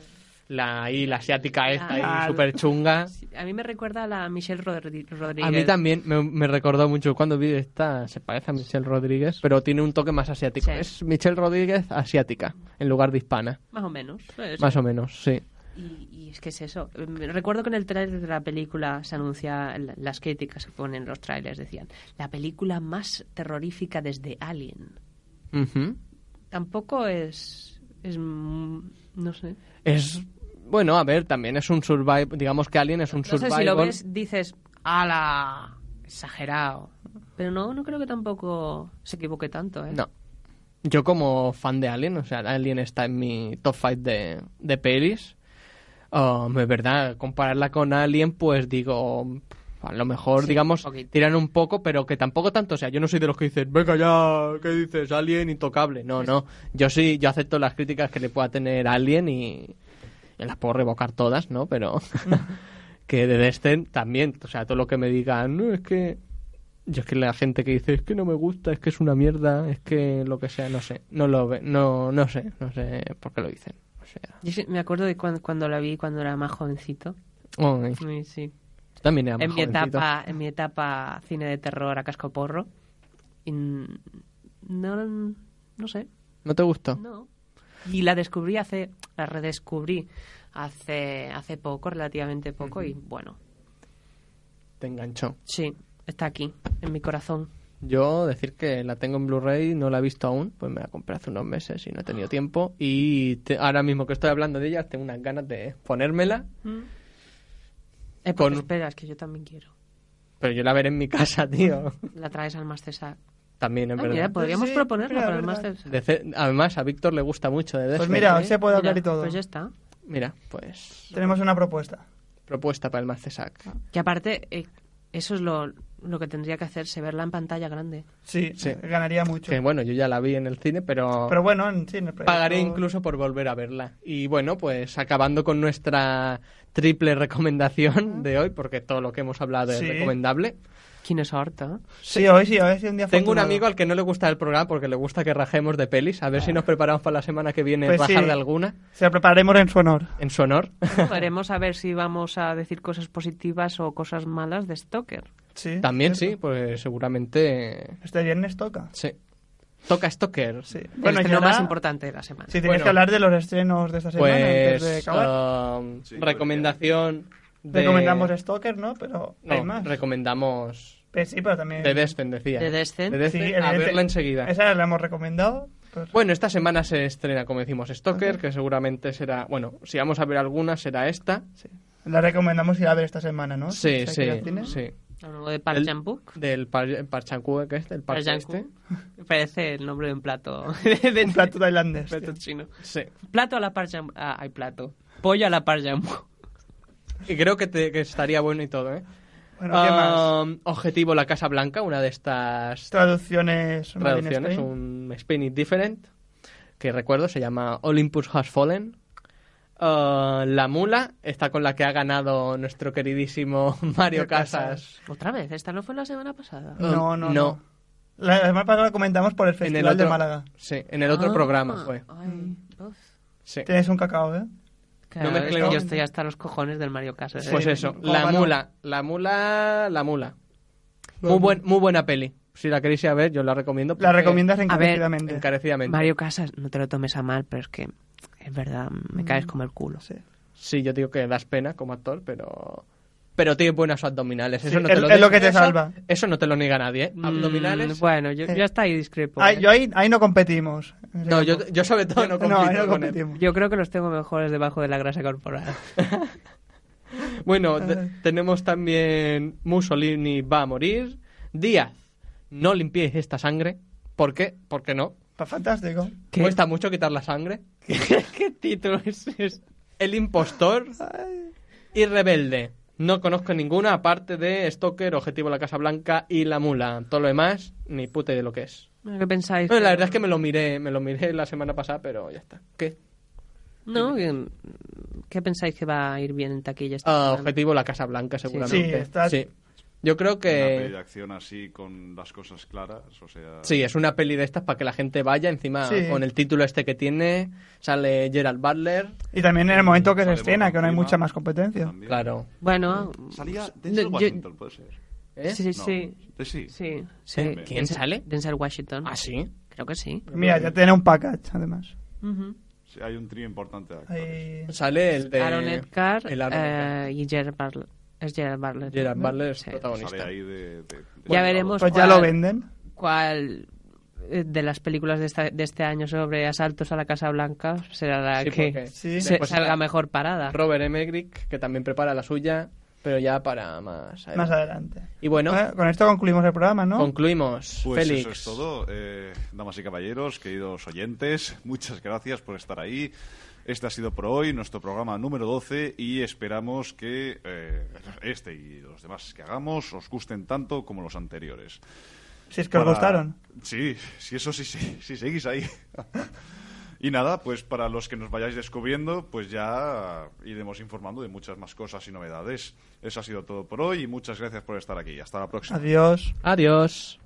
S3: La, y la asiática esta
S4: Ah.
S3: y súper chunga.
S7: Sí, A mí me recuerda a la Michelle Rodri- Rodríguez.
S3: A mí también me, me recordó mucho cuando vi esta, se parece a Michelle Rodríguez, pero tiene un toque más asiático.
S7: Sí.
S3: Es Michelle Rodríguez asiática, en lugar de hispana,
S7: Más o menos. pues.
S3: más o menos, sí.
S7: Y, y es que es eso. Me- Recuerdo que en el tráiler de la película se anuncia la- las críticas que ponen los trailers. Decían, la película más terrorífica desde Alien.
S3: Ujú.
S7: Tampoco es... es mm, no sé.
S3: Es, bueno, a ver, también es un survival, digamos que Alien es un
S7: No sé
S3: survival.
S7: si lo ves, dices, ala, exagerado. Pero no, no creo que tampoco se equivoque tanto, ¿eh?
S3: No. Yo como fan de Alien, o sea, Alien está en mi top 5 de, de pelis. Um, es verdad, compararla con Alien, pues digo, a lo mejor,
S7: Sí,
S3: digamos,
S7: un poquito.
S3: tiran un poco, pero que tampoco tanto. O sea, yo no soy de los que dicen, venga ya, ¿qué dices? Alien intocable. No, no. Yo sí, yo acepto las críticas que le pueda tener Alien y, y las puedo revocar todas, ¿no? Pero que de Descent también, o sea, todo lo que me digan, no, es que yo es que la gente que dice es que no me gusta, es que es una mierda, es que lo que sea, no sé, no lo ve, no, no sé, no sé por qué lo dicen. O sea,
S7: Yo sí- me acuerdo de cuan- cuando la vi cuando era más jovencito.
S3: ay,
S7: Sí, sí.
S3: tú también era más
S7: En mi,
S3: jovencito.
S7: etapa, en mi etapa cine de terror a casco porro. Y n- no, no sé,
S3: ¿No te gustó?
S7: no. Y la descubrí hace, la redescubrí hace, hace poco, relativamente poco, y bueno,
S3: Te enganchó.
S7: sí, está aquí, en mi corazón.
S3: Yo decir que la tengo en Blu-ray, no la he visto aún, pues me la compré hace unos meses y no he tenido tiempo. Y te- ahora mismo que estoy hablando de ella, tengo unas ganas de ponérmela,
S7: Eh, porque
S3: Mm. Con-
S7: espera, es que yo también quiero.
S3: pero yo la veré en mi casa, tío.
S7: La traes al Master Sack.
S3: También es
S7: Ah,
S3: verdad.
S7: mira, podríamos
S4: Sí,
S7: proponerla
S4: mira,
S7: para el
S4: verdad.
S7: Master Sack.
S3: De ce- Además, a Víctor le gusta mucho de
S4: Pues
S3: Descent,
S4: mira,
S3: ¿eh?
S4: hoy se puede hablar
S7: Mira,
S4: y todo.
S7: Pues ya está.
S3: Mira, pues
S4: Tenemos una propuesta.
S3: propuesta para el Marcesac.
S7: Que aparte, eh, eso es lo, lo que tendría que hacerse, verla en pantalla grande.
S4: Sí,
S3: Sí.
S4: ganaría mucho.
S3: Que bueno, yo ya la vi en el cine, pero,
S4: Pero bueno, en sí, en el proyecto-
S3: pagaré incluso por volver a verla. Y bueno, pues acabando con nuestra triple recomendación de hoy, porque todo lo que hemos hablado es
S4: Sí.
S3: recomendable.
S7: ¿Quién es eh? Horta?
S4: Sí, hoy sí, hoy sí, un día
S3: Tengo un
S4: afortunado.
S3: amigo al que no le gusta el programa porque le gusta que rajemos de pelis. A ver si nos preparamos para la semana que viene
S4: Pues
S3: rajar
S4: sí.
S3: de alguna
S4: Se lo prepararemos en su honor.
S3: en su honor.
S7: Veremos a ver si vamos a decir cosas positivas o cosas malas de Stoker.
S4: Sí.
S3: También
S4: cierto.
S3: sí, pues seguramente
S4: Este viernes toca.
S3: sí. Toca Stoker.
S4: Sí. y ahora,
S7: Bueno, el estreno Este más importante de la semana.
S4: Si tienes
S3: Bueno.
S4: que hablar de los estrenos de esta semana antes de
S3: Pues
S4: acabar.
S3: um, recomendación de...
S4: Recomendamos Stalker, ¿no? Pero hay
S3: No,
S4: más.
S3: recomendamos
S4: Pues sí, pero también...
S3: The Descent, decía.
S7: The Descent.
S3: The
S4: Sí,
S3: Descent, a
S4: evidente-
S3: verla enseguida.
S4: Esa la hemos recomendado. pues-
S3: Bueno, esta semana se estrena, como decimos, Stoker, que seguramente será... Bueno, si vamos a ver alguna, será esta.
S4: Sí. La recomendamos ir a ver Ah, esta semana, ¿no?
S3: Sí,
S4: Si
S3: sí,
S4: hay que ir al cine.
S3: sí.
S7: Lo nuevo de
S3: El-
S7: Park Chan-wook.
S3: Del par- parchancú, que es del
S7: Park
S3: parche este.
S7: Chan-wook. Me Parece el nombre de un plato. de
S4: Un plato tailandés.
S7: plato chino.
S3: Sí.
S7: Plato a la Park Chan- Ah, hay plato. Pollo a la Park Chan-wook.
S3: Y creo que, te- que estaría bueno y todo, ¿eh?
S4: Bueno, ¿qué más?
S3: Um, Objetivo La Casa Blanca, una de estas
S4: Traducciones. Martin
S3: traducciones,
S4: Stein.
S3: un spin it different, que recuerdo se llama Olympus Has Fallen. Uh, la mula, está con la que ha ganado nuestro queridísimo Mario
S4: Mario Casas.
S3: Casas.
S7: Otra vez, esta no fue la semana pasada.
S3: Um,
S4: No, no,
S3: no.
S4: no. La la semana pasada lo comentamos por el
S3: En
S4: Festival
S3: el otro,
S4: de Málaga.
S3: Sí, en el otro
S7: Ah,
S3: programa fue.
S7: ay, uf.
S3: Sí.
S4: Tienes un cacao, ¿eh?
S7: Claro,
S3: me
S7: es que
S3: creo.
S7: yo estoy hasta los cojones del Mario Casas. ¿eh?
S3: Pues eso,
S4: ¿cómo
S3: la
S4: ganó?
S3: mula, la mula, la mula. Muy, buen, muy buena peli. Si la queréis ir a ver, yo la recomiendo.
S4: La
S3: porque-
S4: recomiendas
S7: ver,
S4: encarecidamente.
S3: Encarecidamente.
S7: Mario Casas, no te lo tomes a mal, pero es que es verdad, me caes como el culo.
S4: Sí.
S3: Sí, yo digo que das pena como actor, pero. Pero tiene buenos abdominales. Eso
S4: Sí,
S3: no te
S4: es-
S3: lo
S4: es lo
S3: dice-
S4: que te
S3: eso-
S4: salva.
S3: Eso no te lo niega nadie, ¿eh?
S7: Mm,
S3: Abdominales.
S7: bueno, yo,
S4: Sí.
S7: yo hasta ahí discrepo.
S4: Ahí,
S7: ¿eh?
S4: yo ahí, ahí no competimos.
S3: Pues No, yo, yo sobre todo no compito
S4: no, ahí no
S3: con él.
S4: competimos.
S7: Yo creo que los tengo mejores debajo de la grasa corporal.
S3: Bueno, te-
S4: Ay.
S3: tenemos también Mussolini va a morir. Díaz, no limpiéis esta sangre. ¿Por qué? ¿Por qué no?
S4: Pa- Fantástico.
S7: ¿Qué?
S3: Cuesta mucho quitar la sangre.
S7: ¿Qué título es ese?
S3: El impostor y rebelde. No conozco ninguna aparte de Stoker, Objetivo la Casa Blanca y La Mula. Todo lo demás, ni puta de lo que es.
S7: ¿Qué pensáis?
S3: Bueno, la verdad es que me lo miré, me lo miré la semana pasada, pero ya está. ¿Qué?
S7: No, que- ¿qué pensáis que va a ir bien en taquilla? este esta
S3: Ah,
S7: semana?
S3: objetivo la Casa Blanca, seguramente.
S4: Sí, está-
S3: Sí. Yo creo
S2: Una peli de
S3: que
S2: acción así, con las cosas claras, o sea...
S3: sí, es una peli de estas para que la gente vaya. Encima,
S4: Sí.
S3: con el título este que tiene, sale Gerald Butler.
S4: Y también en el momento que se
S2: Sale
S4: estrena,
S2: Morgan
S4: que no hay
S2: Freeman
S4: mucha más competencia.
S2: también.
S3: Claro.
S7: Bueno,
S2: Salía
S7: yo-
S2: Denzel Washington, puede ser.
S3: ¿Eh?
S7: sí, sí,
S2: No.
S7: sí.
S2: Eh, Sí.
S7: sí,
S3: ¿Quién-
S7: sí.
S3: ¿Quién sale?
S7: Denzel Washington.
S3: ¿Ah, sí?
S7: Creo que sí.
S4: Mira, ya tiene un package, además.
S7: Ujú.
S2: Sí, Hay un trío importante de actores.
S4: Ahí-
S3: Sale el de...
S7: Aaron Edgar
S3: el Aaron Edgar.
S7: eh, y Gerard Butler. Es Gerard Butler.
S3: Gerard Butler es
S7: Sí.
S2: Sale
S3: protagonista.
S2: ahí de... de- de-
S7: Ya veremos.
S4: Pues ya
S7: cuál-
S4: lo venden.
S7: ¿Cuál eh, de las películas de, esta- de este año sobre asaltos a la Casa Blanca será la
S3: Sí,
S7: que
S3: porque
S4: Sí.
S7: se-
S3: después
S7: salga
S3: está
S7: mejor parada?
S3: Robert Emmerich, que también prepara la suya, pero ya para más adelante.
S4: Más adelante.
S3: Y bueno,
S4: Bueno, Con esto concluimos el programa, ¿no?
S3: concluimos.
S2: Pues
S3: Félix.
S2: eso es todo, eh, damas y caballeros, queridos oyentes, muchas gracias por estar ahí. Este ha sido por hoy nuestro programa número 12 y esperamos que eh, este y los demás que hagamos os gusten tanto como los anteriores.
S4: si es que os
S2: Para-
S4: gustaron.
S2: Sí, sí, eso sí, sí, sí seguís ahí. y nada, pues para los que nos vayáis descubriendo, pues ya iremos informando de muchas más cosas y novedades. Eso ha sido todo por hoy y muchas gracias por estar aquí. Hasta la próxima.
S4: Adiós.
S3: Adiós.